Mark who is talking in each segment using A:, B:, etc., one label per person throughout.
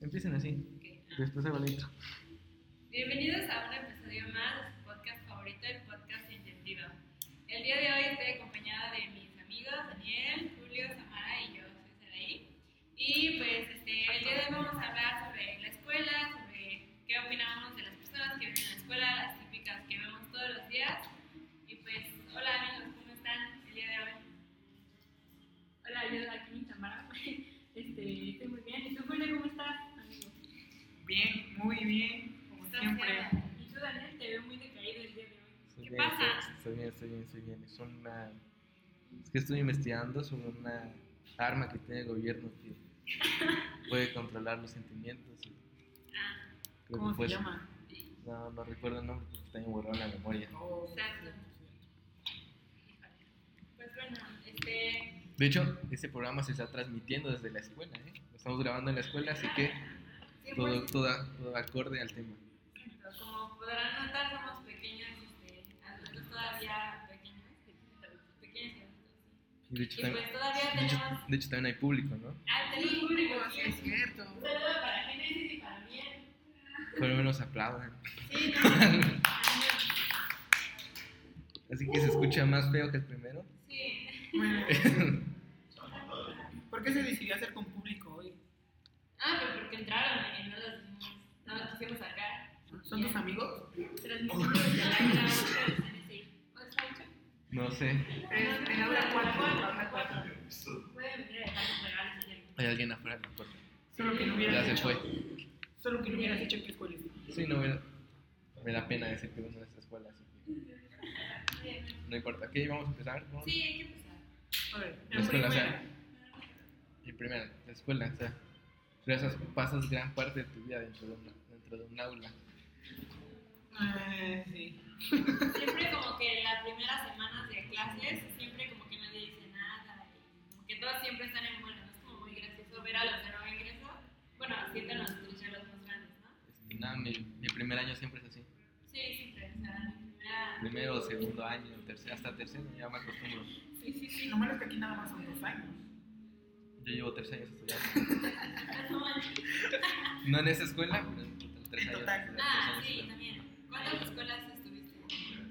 A: Empiecen así.
B: Ok.
A: Después hago lento.
B: Bienvenidos a un episodio más de su podcast favorito, el podcast sin sentido. El día de hoy estoy acompañada de mis amigos Daniel, Julio, Samara y yo, soy Saraí. Y pues este, el día de hoy vamos a hablar sobre la escuela, sobre qué opinamos de las personas que viven en la escuela, las típicas que vemos todos los días. Y pues, hola amigos, ¿cómo están el día de hoy?
C: Hola, yo aquí Tamara. Este, estoy muy bien. ¿Y tú, Julio, cómo estás, amigo?
D: Bien, muy bien, como
B: ¿Estás
D: siempre.
B: bien?
C: Y tú, Daniel, te veo muy decaído el día de hoy.
A: Estoy
B: ¿Qué
A: bien, estoy-
B: pasa?
A: Estoy bien, estoy bien, estoy bien. Es una. Es que estoy investigando sobre una arma que tiene el gobierno que puede controlar los sentimientos. y
B: Ah,
A: creo que
D: ¿Cómo se
A: fue-
D: llama?
A: No, no recuerdo el nombre porque también borrado la memoria.
B: Exacto. Pues bueno, este...
A: De hecho, este programa se está transmitiendo desde la escuela, ¿eh? Lo estamos grabando en la escuela, así que todo,
B: 100%.
A: toda- todo acorde al tema.
B: Exacto, Como podrán notar, somos pequeños, este, adultos todavía pequeños, pequeños adultos.
A: Y de hecho,
B: Y
A: también,
B: pues todavía
A: de hecho-
B: tenemos
A: de hecho, también hay público, ¿no?
B: ah, tenemos público aquí.
D: es cierto.
C: Un saludo para Génesis y para bien.
A: Por lo menos aplaudan.
B: Sí, no, amigos,
A: Así que se escucha más feo que el primero.
B: sí.
D: Bueno, ¿Por qué se decidió hacer con público hoy?
B: Ah, pero porque entraron y no los dijimos, no los quisimos sacar.
D: ¿Son tus amigos?
C: Transmitimos desde el aula 8 del CNCI.
B: ¿O está hecho?
A: No sé.
D: Es en aula 4, en aula 4.
C: Pueden venir a dejarnos regalos si quieren.
A: Hay alguien afuera de la puerta.
D: Solo que no
A: Ya
D: hubieras
A: se
D: hecho.
A: fue.
D: Solo que no hubieras hecho que escuela está.
A: Sí, no me da, me da pena decir que uno de esas escuela, así que
B: Sí,
A: no importa. Ok, vamos a empezar con
B: Sí, hay que empezar.
D: A ver,
A: la escuela. O sea, y primero, la escuela, o sea, gracias, pasas gran parte de tu vida dentro de, una- dentro de un aula.
D: Eh, sí.
B: Siempre como que las primeras semanas de clases, siempre como que nadie dice nada, y como que todos siempre están en bueno, ¿no? es como muy gracioso ver a los de nuevo ingreso, bueno, sienten los tres ya los más grandes, ¿no?
A: Este, nada, mi, mi primer año siempre es así.
B: Sí, siempre, o sea, mi primera...
A: Primero, segundo año, tercero, hasta tercero, ya me acostumbro.
D: Sí, sí, sí. Lo malo es que aquí nada más son dos años.
A: Yo llevo tres años estudiando.
B: No manches.
A: No en esa escuela, pero en total, tres
D: En
A: años.
D: total.
A: tres
B: Ah,
A: años
B: sí,
A: estudiando.
B: también. ¿Cuántas escuelas estuviste?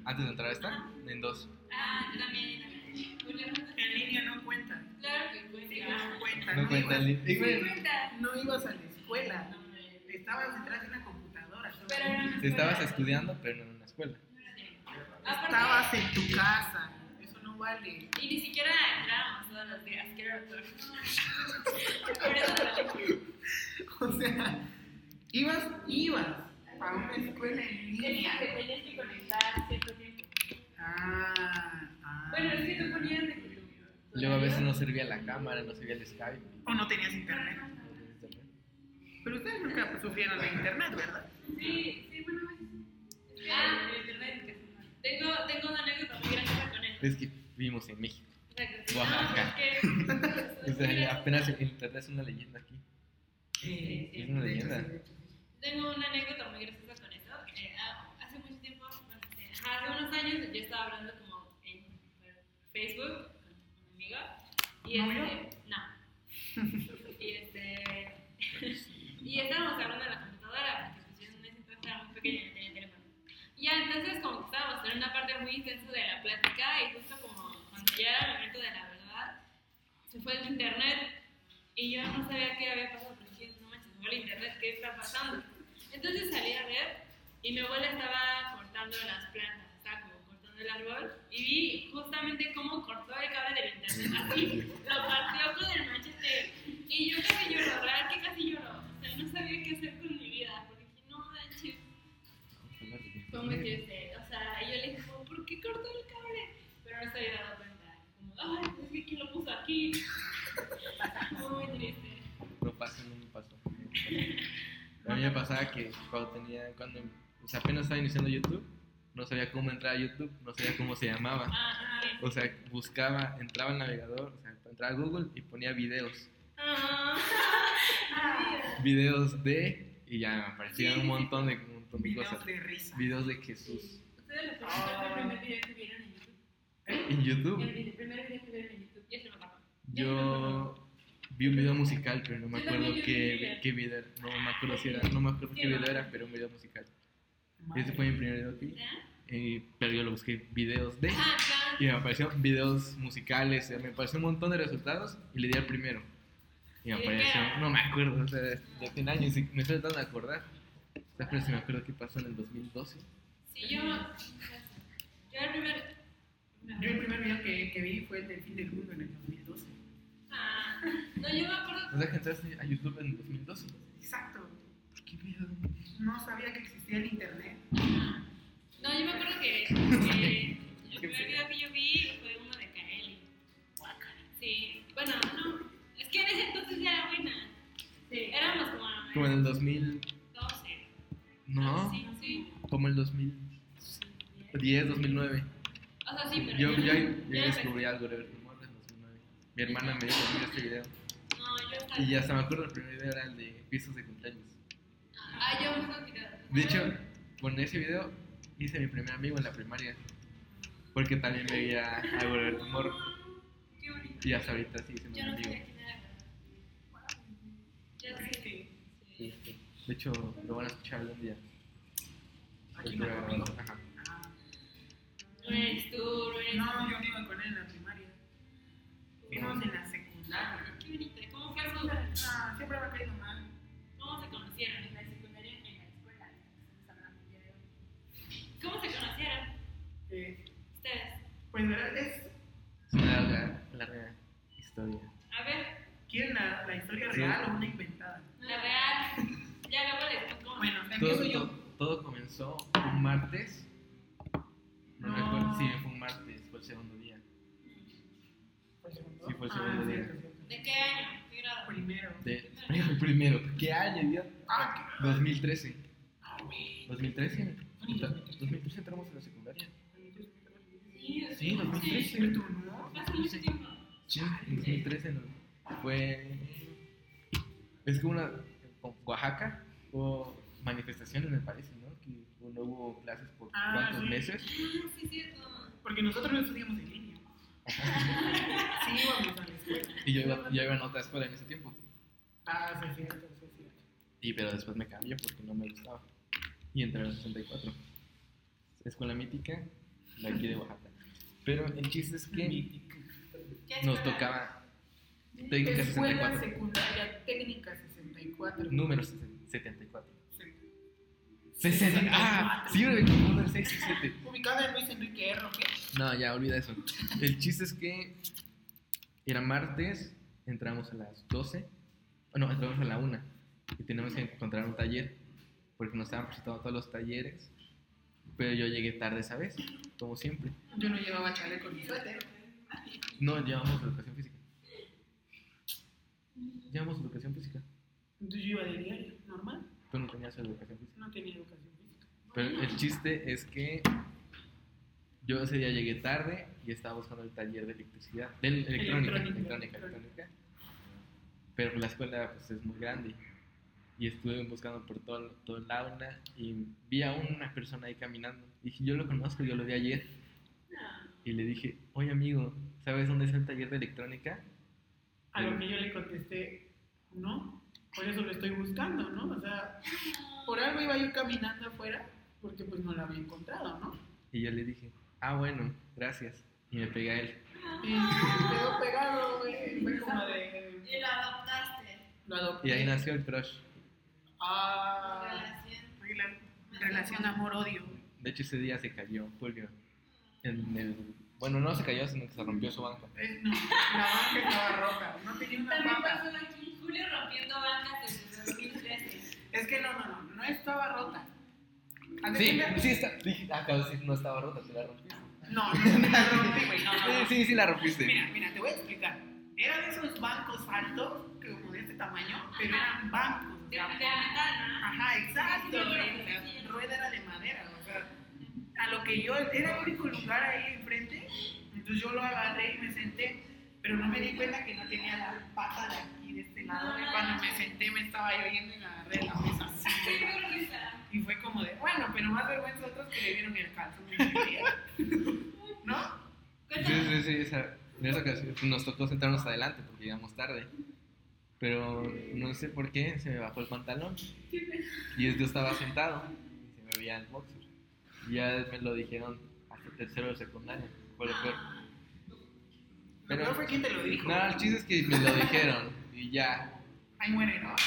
A: Antes de entrar a esta, en dos.
B: Ah, yo también, yo también. Julio, ¿cuántas?
D: En línea no cuenta.
B: Claro que
D: Sí,
B: cuenta.
D: no cuenta.
A: No cuenta el
D: ibas-
A: link. Igual,
B: Cuenta.
D: No ibas a la escuela. Estabas detrás de una computadora.
B: Pero era una
A: Estabas
B: escuela.
A: estudiando, pero no en una escuela.
B: Aparte-
D: Estabas en tu casa. Eso no vale.
B: Y ni siquiera entrábamos todos los días, que era peor. Por eso no.
D: O sea, ibas, ibas a una escuela en
C: Tenías que
D: línea.
C: tenías que conectar cierto tiempo.
D: Ah, ah.
C: Bueno, es que tú ponías de que tu- tu
A: Luego a veces
C: horario-
A: no servía la cámara, no servía el Skype.
D: O no tenías internet. Pero ustedes nunca sufrieron de internet, ¿verdad?
C: Sí, sí, bueno, es que
B: Ah.
C: de verdad es que se me-
B: Tengo, tengo una anécdota muy graciosa con él.
A: Es que vivimos en México.
B: O sea, que-
A: Oaxaca.
B: No,
A: O
B: es que-
A: sea, apenas el internet es una leyenda aquí.
D: Sí,
A: Es una leyenda.
B: Tengo una anécdota muy graciosa con eso. Eh, ah, hace mucho tiempo, bueno, este, ajá, hace unos años, yo estaba hablando como en por Facebook con un amigo. Y
D: ¿Novio?
B: este, no. y este. y estábamos hablando en la computadora, porque pues, yo en ese entonces era muy pequeña y no tenía teléfono. Y ya entonces, como que estábamos en una parte muy intensa de la plática, y justo como cuando ya era el momento de la verdad, se fue el internet y yo no sabía qué había pasado, pero dije, no manches, me va el internet, ¿qué está pasando? Entonces salí a ver y mi abuela estaba cortando las plantas, estaba como cortando el árbol y vi justamente cómo cortó el cable del internet, así, lo partió con el machete y yo casi lloro, real que casi lloro, o sea, no sabía qué hacer con mi vida, porque dije, no manches, fue muy triste, o sea, y yo le dije, como, ¿por qué cortó el cable? Pero no se había dado cuenta, como, ay, pues es que quién lo puso aquí, fue muy triste.
A: No pasa, no me pasó. A mí me pasaba que cuando tenía, cuando o sea, apenas estaba iniciando YouTube, no sabía cómo entrar a YouTube, no sabía cómo se llamaba.
B: Ah, ah,
A: O sea, buscaba, entraba al navegador, o sea, entraba a Google y ponía videos.
B: Ah,
A: Videos de, y ya me aparecían
B: Sí,
A: un
B: sí,
A: montón de, un montón de
D: Videos
A: cosas.
D: de risa.
A: Videos de Jesús
C: Ustedes lo
B: Ah.
C: presentaron el primer video que vieron en YouTube.
A: en YouTube.
C: El, el primer video que vieron en YouTube.
B: yo se lo acuerdo.
A: Yo, vi un video musical, pero no me
C: Yo
A: acuerdo
C: también vi un
A: qué,
C: video.
A: qué video era. No me acuerdo si era, no me acuerdo qué video era, pero un video musical. Ese fue mi primer video que vi.
B: ¿Ah?
A: eh, pero yo lo busqué videos de.
B: Ajá, Ah, claro.
A: Y me aparecieron videos musicales, eh, me apareció un montón de resultados y le di al primero. Y me
B: ¿Y de
A: apareció,
B: qué era?
A: no me acuerdo, o sea, ya tiene años y me estoy tratando de acordar. O sea, pero si me acuerdo qué pasó en el 2012.
B: Sí, yo. Yo el primer.
D: Yo el primer video que, que vi fue el del fin del mundo en el 2012.
B: Ah, no, yo me acuerdo.
A: O sea, que entraste a YouTube en el 2012.
D: Exacto.
A: ¿Por qué miedo?
D: No sabía que existía el internet.
B: ah, No, yo me acuerdo que, que el primer video que yo vi fue uno de Kaeli. Sí, bueno, no. Es que en ese entonces ya era buena. Éramos
A: Como
B: como
A: en el 2000,
B: 12.
A: no,
B: Ah, Sí, sí.
A: como el 2010, 2009.
B: O sea, sí, pero.
A: Yo ya,
B: ya
A: ya
B: me-
A: descubrí algo de rumor en 2009. Mi hermana me dijo, mira este video.
B: No, yo estaba.
A: Y ya hasta me acuerdo, el primer video era el de pisos de cumpleaños.
B: Ah, yo me acuerdo que.
A: De hecho, con ese video hice mi primer amigo en la primaria. Porque también veía a volver Morro.
B: Qué bonito.
A: Y hasta ahorita sí se me
B: Yo no
A: amigo.
B: sabía quién era. Yo sé que.
A: Sí, sí. Este, De hecho, lo van a escuchar algún día.
D: Aquí
A: Pero-
D: no conmigo.
A: ajá.
D: Ah,
B: No eres tú, no eres
D: No, yo no iba con él en la primaria.
B: tú.
D: Fuimos en la secundaria.
B: Ah, Qué bonito. ¿Cómo fue su-
D: Ah, siempre me ha caído mal.
B: ¿Cómo se conocieron?
C: En la secundaria, en la escuela, estamos hablando el día de hoy.
B: ¿Cómo se conocieron
D: Eh,
B: ustedes?
D: pues, ¿verdad? Es,
A: Es una larga, larga historia.
B: A ver,
D: ¿Quieren la, la historia
A: Sí.
D: real o una inventada?
B: la real. Ya luego les cuento.
D: Bueno,
A: Todo,
D: empiezo yo.
A: to- todo comenzó un martes. No,
D: No.
A: recuerdo. Sí, fue un martes, fue el segundo día. Sí, fue el segundo
D: ah,
A: día.
D: cierto, cierto.
B: ¿De qué año? ¿Qué grado?
D: Primero.
A: De, primero, ¿qué año, Dios?
D: Ah,
A: 2013.
D: Ah, güey.
A: 2013. 2013 entramos en la secundaria.
B: Sí,
A: Sí,
D: ¿Es
A: 2013.
D: cierto, no?
B: Hace mucho tiempo.
A: Sí, en 2013 no. fue. Es que una. con Oaxaca hubo manifestaciones, me parece, ¿no? Que no hubo clases por
D: Ah,
A: cuántos
D: sí.
A: meses.
B: Ah, sí, cierto.
D: Porque nosotros no estudiamos en línea. Sí, íbamos a la escuela.
A: Y yo iba, yo iba en otra escuela en ese tiempo.
D: Ah, sí, es cierto, sí, es cierto.
A: Y pero después me cambié porque no me gustaba. Y entré en el 64. Escuela mítica de aquí de Oaxaca. Pero el chiste es que
B: ¿Qué
A: nos
B: escuela?
A: tocaba técnica
D: Escuela
A: 64.
D: secundaria técnica 64.
A: Número 74.
D: Sí.
A: 60. Ah, sí, me confundo el 6 y 7.
D: Ubicada en Luis Enrique R. Roque.
A: No, ya, olvida eso. El chiste es que era martes, entramos a las 12, o no, entramos a la 1 y tenemos que encontrar un taller porque nos estaban presentando todos los talleres, pero yo llegué tarde esa vez, como siempre.
D: Yo no llevaba chaleco ni suéter.
A: No, llevamos educación física. Llevamos educación física,
D: Entonces yo iba de diario, normal.
A: pero no tenías educación física.
D: No tenía educación física.
A: Pero el chiste es que yo ese día llegué tarde y estaba buscando el taller de electricidad, de electrónica,
D: Electrónica,
A: electrónica, electrónica. Pero la escuela pues, es muy grande y estuve buscando por todo, todo el aula y vi a una persona ahí caminando. Dije, yo lo conozco, yo lo vi ayer. Y le dije, oye amigo, ¿sabes dónde es el taller de electrónica?
D: A lo que yo le contesté, no, por eso lo estoy buscando, ¿no? O sea, por algo iba yo caminando afuera, porque pues no la había encontrado, ¿no?
A: Y yo le dije, ah, bueno, gracias. Y me pegué a él.
D: Y se quedó pegado, güey. Fue como de.
B: Y lo adoptaste.
D: Lo adopté.
A: Y ahí nació el crush.
D: Ah.
B: Relación.
D: rela- Relación amor-odio.
A: De hecho, ese día se cayó Julio. En el- bueno, no se cayó, sino que se rompió su banca.
D: Eh, No, la banca estaba rota, no tenía una
C: También
D: banca.
C: pasó aquí.
B: Julio rompiendo bancas desde 2013.
D: Es que no, no, no, no estaba rota. Haz de
A: Sí,
D: cuenta-
A: sí, está. Dije, ah, cabrón, sí, no estaba rota, te la rompiste.
D: No, no, no la rompí, güey. No, no, no.
A: Sí, sí, sí la rompiste.
D: Mira, mira, te voy a explicar. Era de esos bancos altos, que como de este tamaño, pero eran bancos. o
B: De, de
D: sea,
B: la ventana.
D: Ajá, exacto.
B: Sí,
D: güey,
B: sí,
D: o sea,
B: sí.
D: rueda era de madera, o sea, a lo que yo, era el único lugar ahí enfrente, entonces yo lo agarré y me senté, pero no me di cuenta que no tenía la pata de aquí, de este lado, y cuando
B: Ah.
D: me senté me estaba lloviendo y me agarré la mesa así,
B: Qué
D: güey.
B: vergüenza.
D: Y fue como de, bueno, pero más vergüenza otros que le vieron el calzón. ese día. ¿No?
A: Sí,
B: Cuéntame.
A: sí, sí, esa, en esa ocasión nos tocó sentarnos adelante porque llegamos tarde. Pero no sé por qué se me bajó el pantalón y yo estaba sentado y se me veía el boxer. Y ya me lo dijeron hasta tercero de secundaria. Fue lo peor.
D: Lo peor fue quien te lo dijo.
A: No, el chiste es que me lo dijeron y ya.
D: Ahí muere, ¿no? Sí,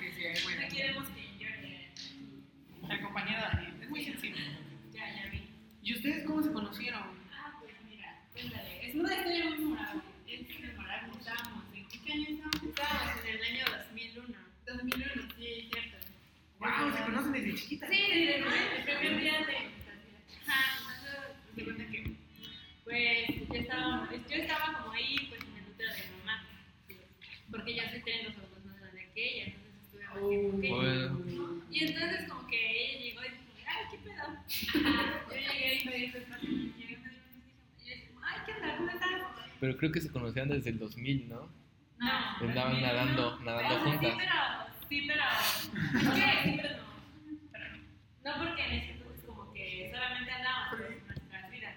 D: sí, sí, ahí
B: No
D: muere.
B: queremos que llore.
D: La compañera Daniel es muy sensible.
B: Ya, ya vi.
D: ¿Y ustedes cómo se conocieron?
B: Ah, pues mira, cuéntale. Es una historia muy memorable. Es memorable. Estábamos en qué año estábamos? Estábamos en el año 2001. 2001, sí, cierto.
D: ¡Wow! Se conocen desde chiquitas.
B: Sí, desde el primer día de Ajá, entonces, te cuenta que, pues, yo estaba, yo estaba como ahí, pues, en el útero de mi mamá, porque ya soy tres los ojos más grande que ella, entonces estuve más tiempo
A: Oh,
B: que ella. Y entonces, como que ella llegó y dijo, ay, qué pedo. Ajá, yo llegué y me dijo, "Estás bien". Llegué, me dijo, y yo dije, ay, qué onda, ¿cómo estás?
A: Pero creo que se conocían desde el 2000, ¿no?
B: No,
A: Andaban
B: no,
A: nadando-
B: no.
A: nadando
B: O sea,
A: juntas.
B: Sí, pero, sí, pero, es que sí, pero no. Pero no. No porque en ese entonces como que solamente andábamos por nuestras vidas.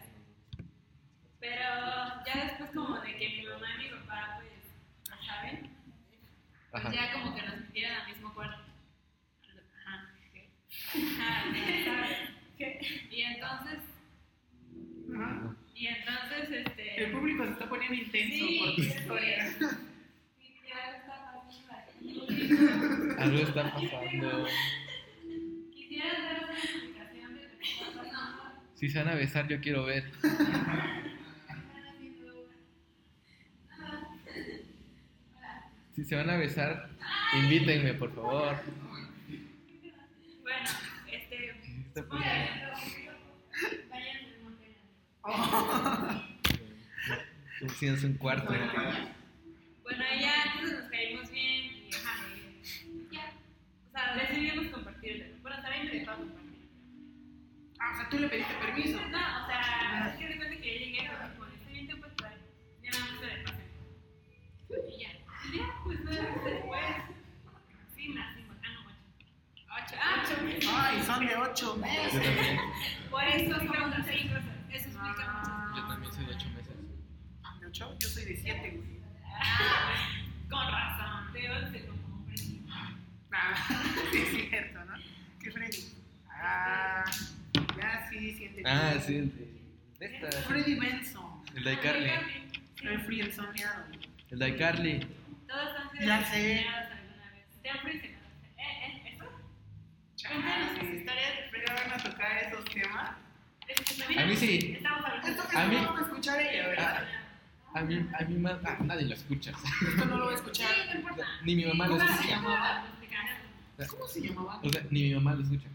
B: Pero ya después como de que mi mamá y mi papá pues, ya saben, pues
A: Ajá.
B: ya como que nos metieron al mismo cuarto. Ajá, ¿qué? Ajá, ya sabes. Y entonces,
D: Ajá.
B: y entonces, este...
D: El público se está poniendo intenso por tu
B: Sí,
D: historia.
B: sí, sí, ya está pasando ahí.
A: Algo está pasando.
B: Quisiera dar una explicación de lo que está pasando.
A: Si se van a besar, yo quiero ver. Si se van a besar, invítenme, por favor.
B: Bueno, este.
A: Está
B: Voy
A: pasando.
B: a Vayan al monte.
A: Tú tienes un cuarto.
B: Bueno, ya entonces nos caímos bien y ajá, y ya. O sea, decidimos compartirlo. Bueno, también me dejó compartir.
D: Ah, o sea, tú le pediste permiso.
B: No, o sea, es que de cuenta que yo llegué a como estoy bien tiempo estar. Ya me puse de paseo. Y ya. Y ya, pues no, después. Sí, nacimos. Ah, no, ocho. Ocho. Ah, ocho meses.
D: Ay, son de ocho
A: Yo
D: meses.
A: también.
B: Por eso somos así. Eso explica muchas
A: Yo también soy de 8 meses.
D: ¿De ocho? Yo soy de siete, güey.
B: cosas. Con razón. De once como hombre.
D: Ah, sí, es cierto, ¿no? ¿Qué Freddy? Ah, ya sí, siente.
A: Ah, sí, el de. de esta.
D: Freddy Benson,
A: El de iCarly.
D: el friendzoneado.
A: El de iCarly.
B: Todos han sido
D: Ya sé.
B: diseñados alguna vez. Te han prisionado. ¿Eh? ¿Eh? ¿Eso? Cuéntanos tus historias de
D: Pero van a tocar esos temas.
B: Es que también
A: A mí sí.
B: Estamos hablando
D: Esto
B: de
D: que
A: A mí- Ah.
D: no lo va a escuchar ella, ¿verdad?
A: A mí, a mí ma- ah, nadie lo escucha.
D: Esto no lo va a
B: Sí,
D: escuchar.
B: no importa.
A: Ni mi mamá lo
D: ¿Cómo
A: escucha.
D: se llamaba?
B: Pero
D: ¿Cómo se llamaba?
A: O sea, ni mi mamá lo escucha.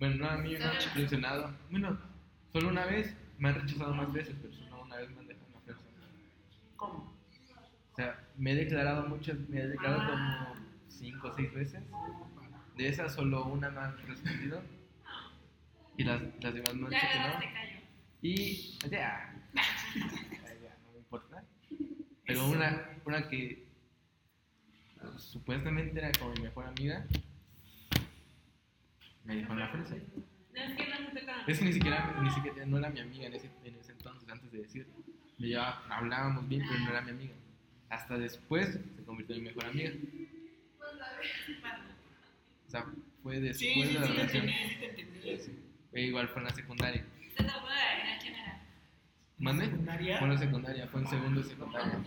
A: Bueno, no, a mí me han rechazado. Bueno, solo una vez me han rechazado más veces, pero solo una vez me han dejado una persona.
D: ¿Cómo?
A: O sea, me he declarado muchas, me he declarado
D: Ah.
A: como cinco o seis veces. De esas solo una me han respondido. Y las, las demás me han
B: Ya
A: dicho que
B: agarraste
A: no.
B: callo.
A: Y ya. Ay, ya, no me importa. Pero una, una que supuestamente era como mi mejor amiga, me dejó en la fresa.
B: No, es que no se toca.
A: Es que ni siquiera, ni siquiera no era mi amiga en ese, en ese entonces, antes de decirlo. Me llevaba- hablábamos bien, pero no era mi amiga. Hasta después se convirtió en mi mejor amiga. O sea, fue después
D: Sí, sí,
A: de
D: sí,
A: la
D: te
A: relación.
D: entendí, sí, te entendí.
A: E igual fue en la secundaria.
B: Se te puede adivinar quién era.
A: ¿Mandé?
D: ¿Secundaria?
A: Fue en la secundaria, fue en segundo de secundaria.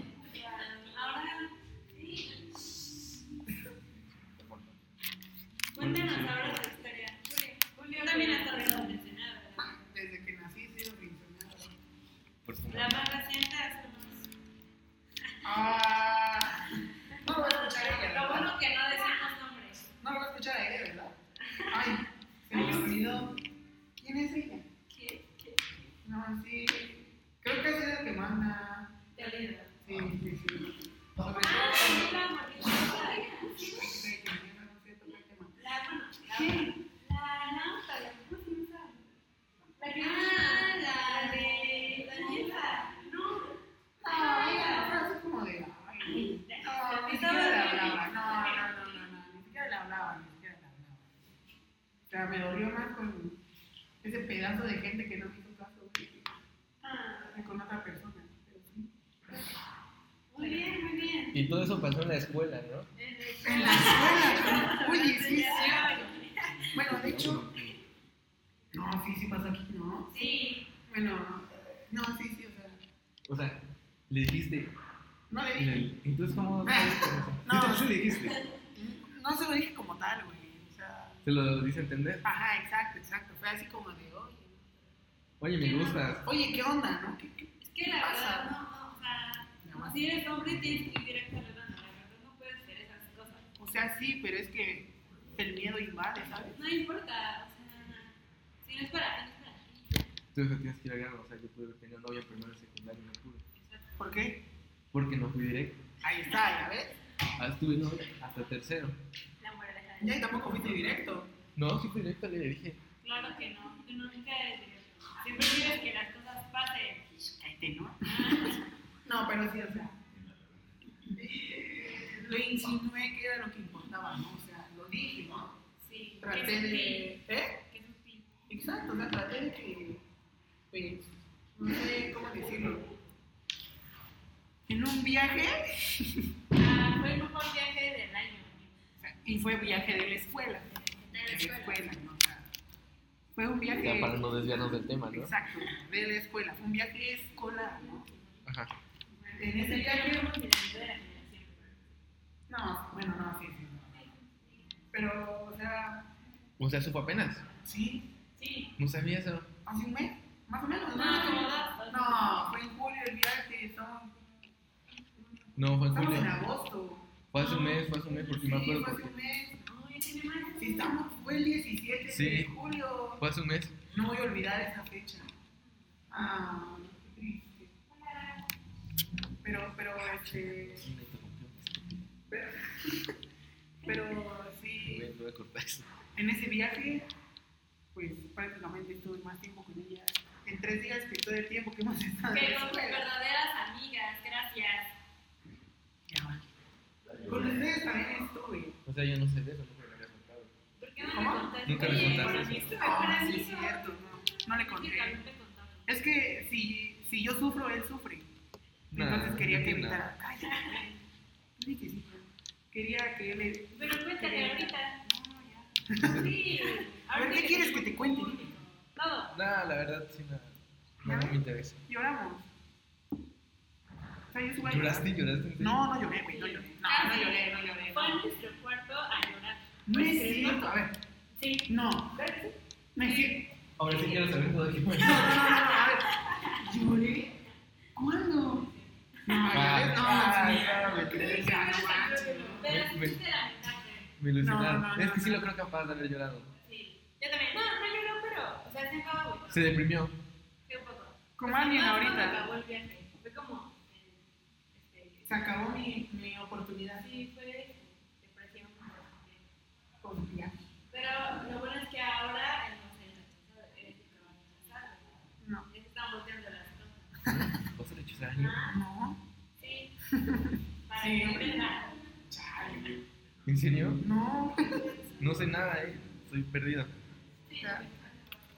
B: Ahora sí. Cuéntanos ahora tu historia. Julio, Julio también has estado detenida, ¿verdad?
D: Desde que nací, sí, lo friendzoneado.
A: Por su
B: La más reciente hace unos.
D: Ah, no lo va a escuchar ella,
B: Lo
D: ¿verdad?
B: bueno que no decimos nombres.
D: No lo va a escuchar ella, ¿verdad? Ay, se me olvidó. ¿Quién es ella?
B: ¿Qué? ¿Qué?
D: No, sí. Creo que es la que manda.
B: Te olvido.
D: Sí, sí, sí.
B: Ah,
D: Sobre
B: sí,
D: todo,
B: la morrilla.
D: sí, que mañana no se toca el tema.
B: La, bueno, la, la, la
D: Ah,
B: otra, la, ¿cómo se llama? La que ah, la de Daniela. No.
D: Ay, la frase es como de, ay, Ah, no, ni siquiera le hablaba. No, no, no, no, no, ni siquiera le hablaba, ni siquiera le hablaba. O sea, me dolió más con ese pedazo de gente que no me hizo caso, güey,
B: Ah,
D: con otra persona. Pero sí.
B: muy bien, muy bien.
A: Y todo eso pasó en la escuela, ¿no?
D: En la escuela. Oye, sí, sí. Bueno, de hecho. No, sí, sí pasó aquí, ¿no?
B: Sí.
D: Bueno, no, sí, sí, o sea.
A: O sea, le dijiste.
D: No le
A: y
D: dije.
A: le- Entonces, ¿cómo?
D: No.
A: No, se le dijiste.
D: No se lo dije como tal, güey. O sea.
A: Se lo dice a entender.
D: Ajá, exacto, exacto. Fue así como de, oye,
A: Oye, me gustas.
D: oye ¿qué onda, no? ¿Qué, qué?
B: Es que la verdad, no, no, o sea,
D: Nada más.
B: si eres hombre tienes que ir directo a la lana, la verdad no puedes hacer esas cosas.
D: O sea, sí, pero es que el miedo invade, ¿sabes?
B: No importa, o sea, si no es para ti, no es para ti.
A: Entonces tienes que ir a grano. O sea, yo pude haber tenido novia primero en secundaria y no pude.
B: Exacto.
D: ¿Por qué?
A: Porque no fui directo.
D: Ahí está, ya ves.
A: Ah, tuve novia hasta tercero.
B: La moraleja de-
D: Ya y tampoco fuiste directo.
A: No, sí fui directo, le dije.
B: Claro que no, tú nunca eres directo. Siempre quieres que las cosas pasen.
D: Cállate, ¿no? No, pero sí, o sea. eh, Lo insinué que era lo que importaba, ¿no? O sea, lo dije, ¿no?
B: Sí, que
D: Traté
B: es un
D: de. ¿Eh?
B: pi, que es un pi.
D: Exacto, o sea, traté de que, pues, no sé cómo decirlo. En un viaje,
B: Ah, fue el mejor viaje del año.
D: y fue viaje de la escuela.
B: De la
D: De la
B: escuela.
D: escuela, ¿no? O sea, Fue un
A: Ya para
D: viaje.
A: no desviarnos del tema, ¿no?
D: Exacto, de la escuela. Fue un viaje escolar, ¿no?
A: Ajá.
D: En ese
B: Ese día
D: viaje.
B: fuimos en la mitad de la generación.
D: No, bueno, no, sí, sí. no. Pero, o sea,
A: O sea, supo apenas.
D: sí,
B: Sí.
A: No sabía eso.
D: hace un mes, más o menos.
B: No, Ah, como dos.
D: No, fue en julio el viaje, estamos,
A: No, fue en
D: estamos
A: julio.
D: en agosto.
A: Fue hace un mes, fue hace un mes, porque me
D: Sí,
A: acuerdo.
D: fue hace
A: Porque...
D: un mes.
B: No, ya tiene más.
D: Si estamos, fue el 17 de
A: Sí.
D: julio.
A: Fue hace un mes.
D: No voy a olvidar esa fecha. Ah, qué triste. Pero, pero, este,
A: Sí, me interrumpió.
D: pero, pero sí,
A: Voy- Voy a cortar eso.
D: en ese viaje, pues prácticamente estuve más tiempo con ella. En tres días que todo el tiempo que hemos estado en la
B: Que con tus
D: escuela.
B: verdaderas amigas, gracias.
D: Ya va. Con ustedes también estuve.
A: O sea, yo no sé de eso, nunca me lo había contado.
B: ¿Por qué no
D: ¿Cómo?
B: me contaste?
A: Nunca le
B: Oye,
A: contaste.
B: para mí es tu mejor
D: Ah, sí,
B: amigo.
D: es cierto, no, no le
B: Oye,
D: conté.
B: también te contaba.
D: Es que si, si yo sufro, él sufre. Entonces
A: Nah,
D: quería que
A: nah.
D: evitara. Cállate. Dile que sí. Quería que él.
B: Pero cuéntale ahorita.
D: No, ya.
B: Sí.
D: A ver, ¿qué quieres que te cuente? Dime.
B: Todo.
A: Nah, la verdad, sí, nada. No, no me interesa.
D: Lloramos. O sea, yo supe-
A: ¿Lloraste? ¿Lloraste? en serio?
D: No, no lloré, güey. No lloré. No, no lloré, no lloré.
B: Fue a
D: No,
B: nuestro cuarto a llorar.
D: No es cierto. A ver.
B: Sí.
D: No. No es cierto.
A: Ahora sí quiero saber todo aquí.
D: No, no, no, no, a ver. ¿Lloré? ¿Cuándo? No,
A: Ah,
D: lloré.
A: ah,
D: No,
A: ah,
D: sí,
A: me-
D: ya, no manches.
B: Pero
A: Me- me-
B: escuchaste la mitad. de-
A: Me ilusionaron.
D: No, no, no,
A: es que sí
D: no.
A: lo creo capaz de haber llorado.
B: Sí. Yo también. No, no lloró, pero. O sea, se acabó, güey.
A: Se deprimió.
B: Fue un poco.
D: Como alguien
B: Más cuando
D: ahorita.
B: acabó el viaje. Fue como. eh, este,
D: Se acabó mi, mi oportunidad
B: Sí, fue depresión. como-
D: con viaje.
B: Pero lo bueno es que ahora hemos enlazado, es lo que vamos a hacer.
D: No.
B: Ya se están volteando las cosas.
A: ¿Vos te echas años?
D: No.
B: Sí. Para que
D: Sí.
B: aprendan.
D: Chale.
A: ¿En serio?
D: No.
A: No sé nada, eh. Soy perdido.
B: Sí.
D: Ya.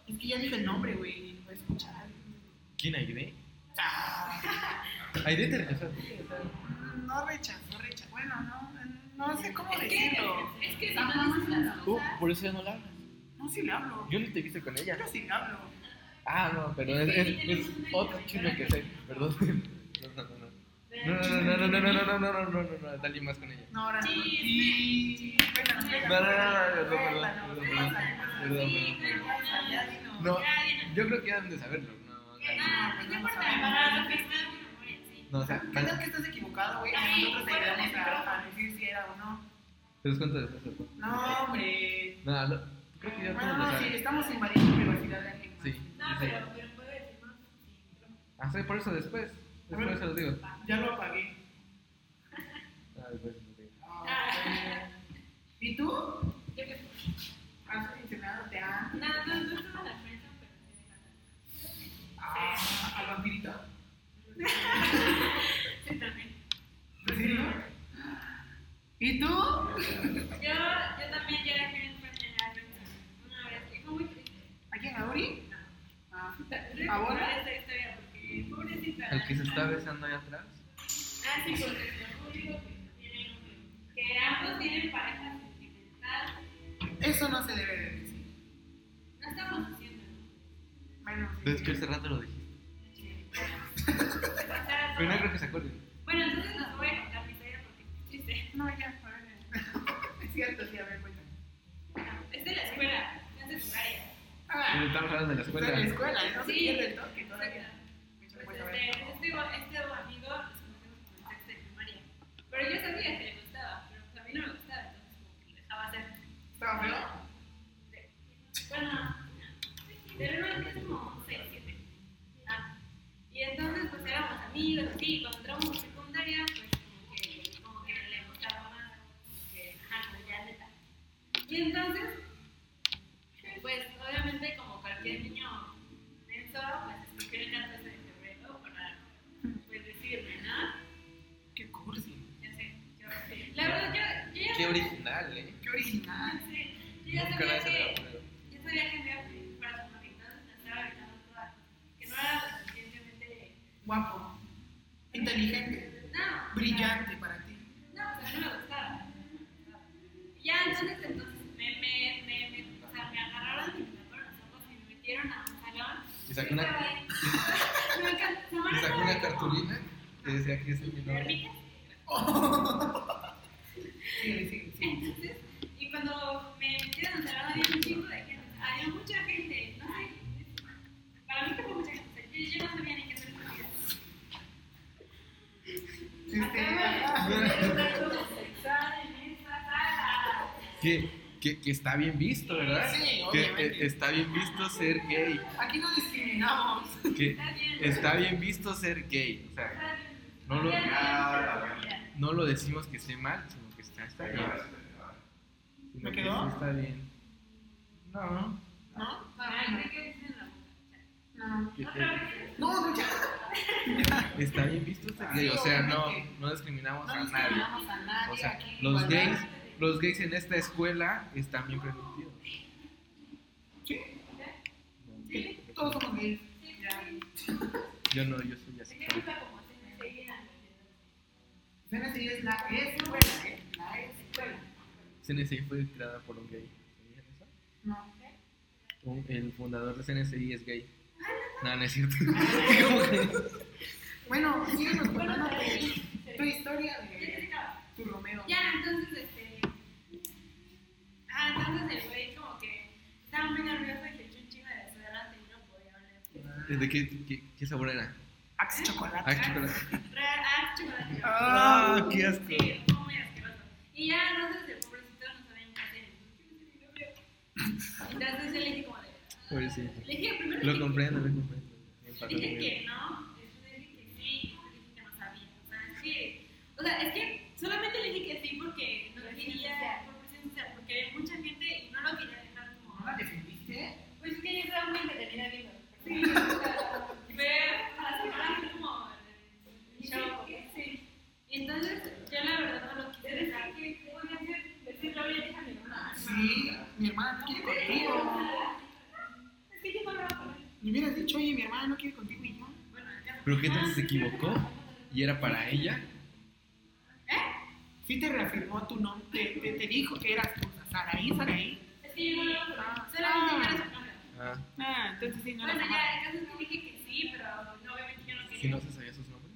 D: Es que ya dije el nombre, güey. No voy a escuchar.
A: ¿Quién, Aide?
D: Ah.
A: Aide te rechazó.
D: No rechazó, rechazó. Bueno, no, no sé cómo
B: Es
D: decirlo.
B: que, es que si
D: Ajá.
B: no dices las
A: Uh,
B: cosas,
A: por eso ya no la hablas.
D: No, sí le hablo.
A: Yo ni te viste con ella.
D: Yo sí le hablo.
A: Ah, no, pero es, es, es otro chisme que sé. Perdón. No, no, no. No, no, no, no, no, no, no, no, no, no, no, no, dale más con ella.
D: No, ahora no.
B: Chisme,
D: Sí. Cuéntanos,
B: chisme.
A: No,
D: cuéntanos,
A: no, no, no, no,
D: cuéntanos,
A: perdón,
D: cuéntanos,
A: perdón,
D: cuéntanos.
A: perdón,
D: Sí,
B: perdón.
D: cuéntanos, ya dinos.
A: No,
B: Ya, Diana.
A: yo creo que han de saberlo. No,
B: Que
A: no,
B: nada, no importa, para lo que está en mi memoria, sí.
A: no, o sea,
D: ¿Qué tal que estás equivocado, güey?
B: Ay,
D: Nosotros te
B: fuera del
D: ayudamos a,
B: micrófono.
D: a decir si era o no.
A: te los cuento después.
D: No, hombre.
A: No, lo- creo que ya
D: Bueno,
A: todos lo
D: no, sí,
A: saben.
D: estamos invadiendo privacidad de alguien más.
A: Sí,
B: No,
A: sí.
B: pero, pero puedo decir más.
A: Ah, sí, por eso después. Después se los digo.
D: Ya lo apagué.
A: Ah, después se los digo.
B: Ah.
D: ¿Y tú?
B: Yo creo que
D: ¿Has mencionado te a,
B: Nada, no, no estaba en la prensa, pero sí me encanta.
D: a, Ah, al vampirito?
B: Sí, también.
D: ¿En serio? ¿Y tú?
B: Yo, yo también ya fui en la prensa una vez, que fue muy triste.
D: ¿A quién? ¿A Uri?
B: No.
D: Ah,
B: Ahora esta historia porque pobrecita.
A: El que se está besando ahí atrás.
B: Ah, sí, porque el público que ambos tienen pareja sentimental.
D: Eso no se debe de decir.
B: No estamos haciendo.
D: Bueno, sí.
A: Entonces que hace rato lo dijiste. Pero no creo que se acuerden.
B: Bueno, entonces nos voy a contar mi historia porque es triste.
D: No, ya, por ahí. Es cierto, sí, a ver, cuenta.
B: Es de la escuela, no es de primaria.
A: Pero
D: Ah,
A: estamos hablando de la
D: está en la
A: escuela.
D: escuela, ¿eh? no se
B: Sí.
D: pierde el toque todavía.
B: Pues, este, este, este amigo nos conocemos como el sexto de primaria. Pero yo sabía que le gustaba, pero pues a mí no me gustaba, entonces como que lo dejaba hacer.
D: ¿Estaba feo?
B: Bueno, pero no es que es como 6, 7. Ah, y entonces pues éramos amigos, así, y cuando entramos a secundaria, pues como que, como que le gustaba más, como que, ajá, no, ya neta. Y entonces, pues obviamente como cualquier niño menso, pues escogió el 14 de febrero para pues decirme, ¿no?
D: Qué cursi.
B: Ya sé, yo La verdad, yo, yo ya
A: Qué original, ¿eh?
D: Qué original.
B: Sí, yo ya
A: Nunca
B: sabía
A: nadie se me
B: que...
A: había ocurrido.
B: Yo sabía que me iba a pedir para su marido, la estaba gritando toda, que no era lo suficientemente.
D: Guapo. Inteligente.
B: No,
D: Brillante para ti.
B: No, o sea, no me gustaba. Ya, entonces, entonces, me, me, me, me, o sea, me agarraron y me taparon los ojos y me metieron a un salón.
A: Y sacó una-
B: Yo estaba ahí. No, me can- se me
A: Y sacó
B: estaba
A: una
B: ahí como,
A: cartulina que decía que es el menor.
B: "Permíteme".
D: Sí, sí, sí.
B: Entonces, y cuando me metieron al salón había un chingo de gente, había mucha gente, no sé, para mí que fue mucha gente, yo, yo no sabía ni qué hacer con mi vida.
D: Sí, sí.
A: Que, que, que está bien visto, ¿verdad?
D: Sí,
A: que
D: obviamente.
A: eh, está bien visto ser gay.
D: Aquí no discriminamos.
A: Que está bien visto ser gay. O sea, no lo, no lo decimos que esté mal, sino que está, está bien. Sino
D: ¿Me
A: que
D: quedó?
A: sí Está bien. No,
D: ¿No? Ah, No.
A: que- que-
D: No, no, ya.
A: está bien visto ser
D: Ah, Sí,
A: gay. O sea, no,
D: obviamente.
A: no discriminamos
D: No
A: a nadie.
D: discriminamos a nadie.
A: O sea,
D: aquí
A: los
D: igualdad.
A: gays, los gays en esta escuela están bien permitidos.
D: Sí, todos somos gays.
A: Yo no, yo soy así.
D: CNCI es la escuela, ¿eh? La escuela.
A: CNCI fue creada por un gay. ¿Sabían eso?
D: No.
A: Un- el fundador de CNCI es gay. No, no es cierto. ¿Cómo que?
D: Bueno, síguenos contando tu- tu historia de tu Romeo.
B: Ya, entonces, este. Ah, entonces el güey como que estaba muy nervioso y que echó un chingo de desodorante y no podía oler.
A: ¿De qué, qué, qué sabor era?
D: Axe chocolate.
A: Ah, chocolate.
B: Real, ah, chocolate.
A: Ah, qué asco.
B: Sí, fue muy asqueroso. Y ya, entonces el pobrecito no sabía ni qué hacer. Entonces yo le dije como de. ah,
A: Pobrecito.
B: Le dije primero.
A: Lo
B: que-
A: comprendo, lo comprendo. Me
B: Dije
A: empató
B: que
A: conmigo.
B: no, después le dije que sí, y después dije que no sabía. O sea, es que, o sea, es que solamente le dije que sí porque no quería, por presión social, porque había mucha gente y no lo quería dejar
D: ¿No
A: Ah,
B: como.
D: la defendiste?
B: Pues es que yo estaba muy entretenida viendo. Sí, o sea, ver para sacar como el show. Sí. Entonces, yo la verdad no lo quise dejar. ¿Qué podía hacer? Decirle, oye, déjame nomás.
D: Ah, Sí, mi hermana no quiere contigo.
B: Es que yo no hablaba con él.
D: Me hubieras dicho, oye, mi hermana no quiere contigo y yo.
B: Bueno, ya.
A: ¿Pero qué tal si se equivocó? ¿Y era para ella?
D: Sí te reafirmó tu nombre, te, te, te dijo que eras tú, Saraí, Saraí.
B: Es que yo no hablaba con él. Solamente yo era su cámara.
A: Ah,
D: Ah, entonces sí, Ah. no
B: Bueno,
D: la
B: ya, el caso es que dije que sí, pero no, obviamente yo no
A: ¿Si
B: quería.
A: no se sabía sus nombres?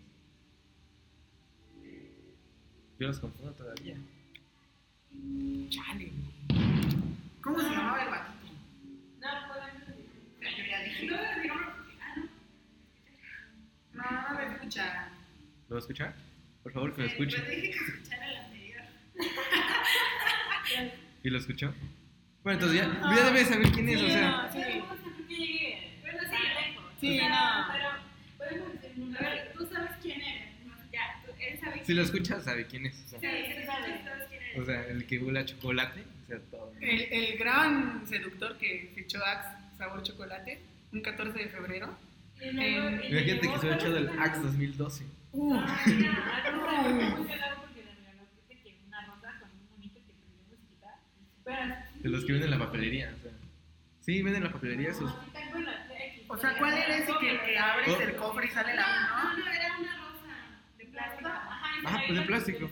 A: Yo los confundo todavía.
D: Chale. ¿Cómo se llamaba el batito?
B: No, obviamente
D: Yo ya
B: no.
D: dije.
B: No, digamos, porque, ah, no.
D: No, no me escuchara.
A: ¿Lo va a escuchar? Por favor, que lo escuche.
B: Pues dije que escuchara el anterior.
A: ¿Y lo escuchó? Bueno, entonces ya, ya
D: Ah,
A: debe saber quién es, o sea.
B: Sí. me gusta porque llegué. Bueno, sí, lejos.
D: Sí,
B: O sea,
D: no.
B: Pero podemos decir, a ver, tú sabes quién eres. ¿no? Ya, tú, él sabe
A: Si
B: quién
A: lo escucha, sabe quién es. O sea,
B: eres. Sí, tú sabes, tú sabes quién
A: o
B: eres.
A: sea el que huele a chocolate, o sea, todo.
D: El, el gran seductor que se echó Axe sabor chocolate, un 14 de febrero.
B: Y luego- y le
A: Imagínate
B: llevó-
A: que se ha echado el Axe 2012.
D: Uh,
B: Ah, ya.
A: De los que venden en la papelería, o sea. Sí, venden en la papelería sus.
D: o sea, ¿cuál era ese que, que abres el cofre y sale la
B: No, no, era una rosa de plástico. Ajá,
A: Ah, pues de plástico.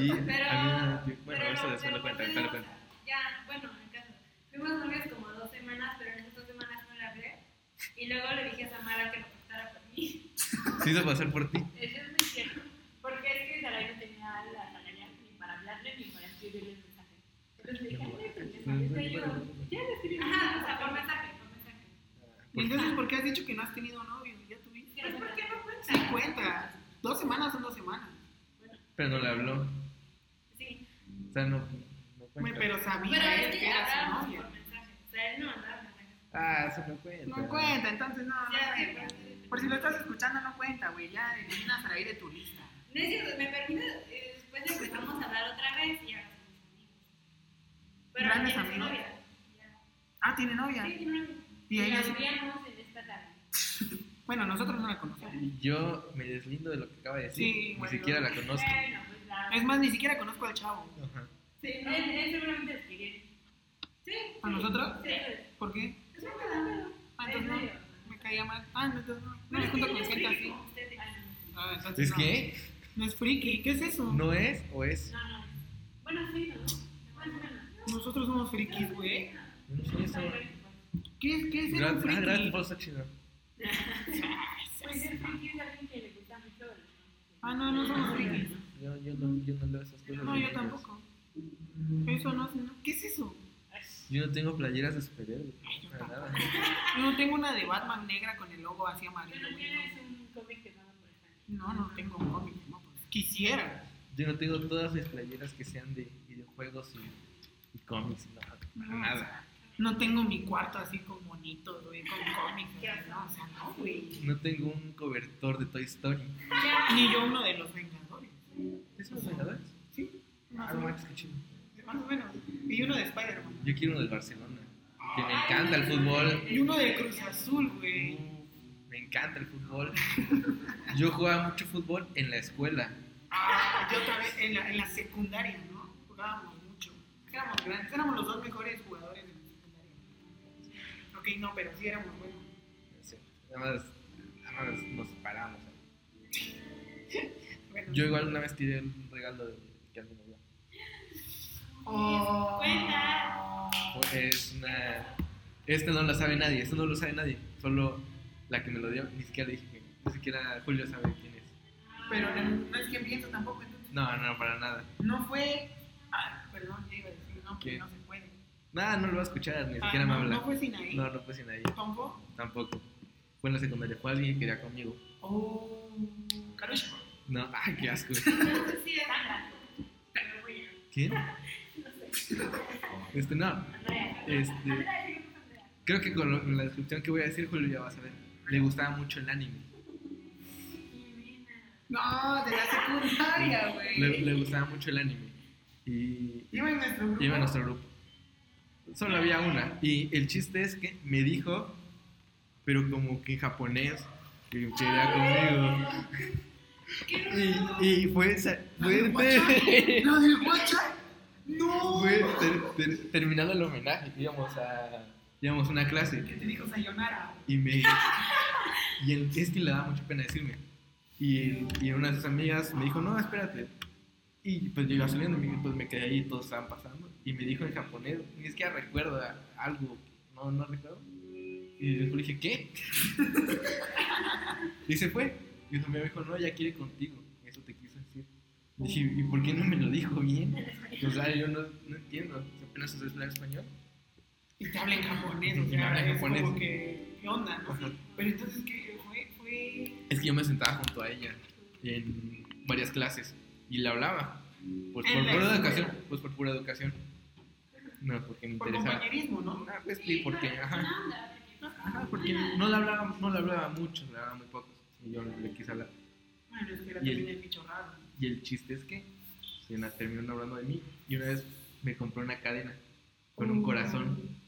A: Y
B: Pero-
A: había una- Bueno,
B: pero
A: eso
B: no,
A: después
B: pero
A: lo cuenta,
B: pues
A: después lo
B: fuimos-
A: cuenta.
B: Ya, bueno, en caso. Fuimos novios como dos semanas, pero en esas dos semanas no le hablé. Y luego le dije a Samara que lo contara por mí.
A: Se hizo pasar por ti.
C: Eso es muy cierto. Porque es que Saray no tenía la tarea ni para hablarle ni para escribirle el mensaje. Entonces le dije, "Ay, pues, les contesto yo". Ya le escribí.
B: Ajá, o sea, por mensaje, por mensaje.
D: Y entonces, ¿por qué has dicho que no has tenido novio? ¿Ya tuviste?
B: Pues ¿por qué no cuenta?
D: Sí, cuenta. Dos semanas son dos semanas.
A: Pero no le habló.
B: Sí.
A: O sea, no. no
D: Güey,
A: cuenta.
D: Pero sabía
B: Pero
D: él
B: es
D: que
B: que
D: era su
B: hablábamos por
D: novia.
B: mensaje. O sea, él no mandaba mensajes.
A: Ah, eso no cuenta.
D: No cuenta, entonces no, no
B: Ah, Ya,
D: cuenta.
B: sí.
D: Por si lo estás escuchando, no cuenta, güey. Ya eliminas a la de tu lista.
B: No es cierto, me permite, eh, después empezamos a hablar otra vez y ya somos amigos. Pero
D: Grandes
B: tiene
D: amigos.
B: novia. Ya.
D: Ah, tiene novia.
B: Sí, tiene una-
D: Y ella sí.
C: Nos veíamos en esta tarde.
D: Bueno, nosotros no la conocemos.
A: Yo me deslindo de lo que acaba de decir.
D: Sí,
A: Ni
D: bueno.
A: siquiera la conozco.
C: Bueno, pues la.
D: Es más, ni siquiera conozco al chavo.
A: Ajá.
B: Sí,
C: Él,
B: no,
C: él seguramente les escribí.
B: sí,
D: ¿A nosotros?
B: sí, es
D: ¿Por qué?
B: un pedo.
D: Ah, entonces
C: Él
D: no.
C: medio.
D: Me caía mal. Ah, no, entonces no. No
B: Pero es
D: me
B: que
D: junto
B: yo
D: con gente
B: explico,
D: así.
B: ustedes.
D: Ah, entonces
A: ¿Es
D: no.
A: que
D: No es friki. ¿Qué es eso?
A: no es o es?
C: No, no.
B: Bueno, sí, ¿no? Bueno, bueno.
D: Nosotros somos frikis, güey.
A: Yo No sé eso.
D: ¿Qué es, qué es ser un
A: Gracias, ah, gracias
D: friki?
A: por estar chido.
C: Pues es que es alguien que le gusta mucho. el-
D: Ah, no, no somos frikis.
A: Yo, yo, no, yo no leo esas cosas.
D: No,
A: de
D: yo
A: niños.
D: tampoco. Eso no, no. ¿Qué es eso?
A: Yo no tengo playeras de superhéroes.
D: Ay, yo
A: Para nada.
D: Yo no tengo una de Batman negra con el logo así amarillo.
C: Pero
D: güey,
C: tienes un cómic que vamos por esta.
D: No, no no tengo un cómic. No, pues. Quisiera.
A: Yo no tengo todas mis playeras que sean de videojuegos y, y cómics. No, para
D: No, o
A: nada.
D: sea, No tengo mi cuarto así con bonito, güey, con cómics. güey, No, o sea, no, güey.
A: No tengo un cobertor de Toy Story.
D: Ni yo uno de los Vengadores.
A: ¿Sí son los Vengadores?
D: Sí.
A: Ah,
D: Más
A: no
D: o
A: manches, qué chido.
D: menos. Más o menos. Y uno de Spider-Man.
A: Yo quiero uno del Barcelona. Que me encanta el fútbol.
D: Y uno de Cruz Azul, güey.
A: Uh, Me encanta el fútbol. Yo jugaba mucho fútbol en la escuela.
D: Ah, yo otra vez en la, en la secundaria, ¿no? Jugábamos mucho. Éramos grandes, éramos los dos mejores jugadores de la secundaria. Ok, no, pero sí éramos buenos.
A: Sí. Nada más, nada más nos separamos.
D: Bueno,
A: Yo igual una vez tiré un regalo de, que alguien me dio.
D: Oh.
B: Cuenta.
A: Es una. Esta no la sabe nadie, esto no lo sabe nadie. Solo la que me lo dio, ni siquiera le dije que. Ni siquiera Julio sabe quién es.
D: Pero no, no es quien pienso tampoco, entonces.
A: No, no, para nada.
D: No fue. Ah, perdón, ya iba a decir, no,
A: ¿Qué?
D: que no se puede.
A: Nada, no lo va a escuchar, ni
D: Ah,
A: siquiera me
D: no,
A: habla.
D: no fue Sinaí.
A: No, no fue sin nadie,
D: ¿Tampoco?
A: tampoco. Fue en la secundaria, fue alguien que quería conmigo.
D: Oh. Carucho.
A: No, ay, qué asco.
B: Entonces, sí, es-
C: Pero bueno,
A: ¿Quién?
C: no sé.
A: Este, no.
C: Andrea.
A: Este,
C: Andrea, sí, Andrea.
A: creo que con, lo- con la descripción que voy a decir, Julio ya vas a ver. Le gustaba mucho el anime.
B: Jimena.
D: No, de la secundaria,
A: Le,
D: güey.
A: le gustaba mucho el anime. Y,
D: Iba en nuestro grupo.
A: Lleva a nuestro grupo. Solo había una. Y el chiste es que me dijo, pero como que en japonés, que quería
B: Qué rudo.
A: conmigo. Y, y fue, esa- fue,
D: ¿Lo del WhatsApp? No.
A: fue ter- ter- terminado el homenaje. Íbamos a, íbamos a una clase.
D: Que te dijo Sayonara.
A: Y me. Y el, es que le daba mucha pena decirme. Y, el- y una de sus amigas me dijo, no, espérate. Y pues yo iba saliendo, y pues me quedé ahí, todos estaban pasando. Y me dijo en japonés, ni es que recuerda algo, no, no recuerdo. Y después dije, ¿qué? y se fue. Y su amiga me dijo, no, ya quiere contigo. Eso te quiso decir. Y dije, ¿y por qué no me lo dijo bien? O sea, yo no, no entiendo. Apenas sabes hablar español.
D: Y te habla en japonés. O
A: Y me habla
D: sea,
A: en
D: es
A: japonés.
D: como que. ¿Qué onda, no?
A: Ajá.
D: Pero entonces, ¿qué? Fue. fue...
A: Es que yo me sentaba junto a ella en varias clases y le hablaba. Pues por
D: En la
A: pura
D: escuela.
A: educación. Pues por pura educación. No, porque me
D: Por
A: interesaba.
D: compañerismo, ¿no?
A: Ah, pues sí, porque, ajá,
B: No, anda, porque-
A: ajá, porque no le hablaba, no le hablaba mucho, le hablaba muy poco. Y yo le quise hablar.
D: Bueno, es que era
A: Y el-
D: también el bicho raro.
A: Y el chiste es que se la terminó hablando de mí y una vez me compró una cadena con un corazón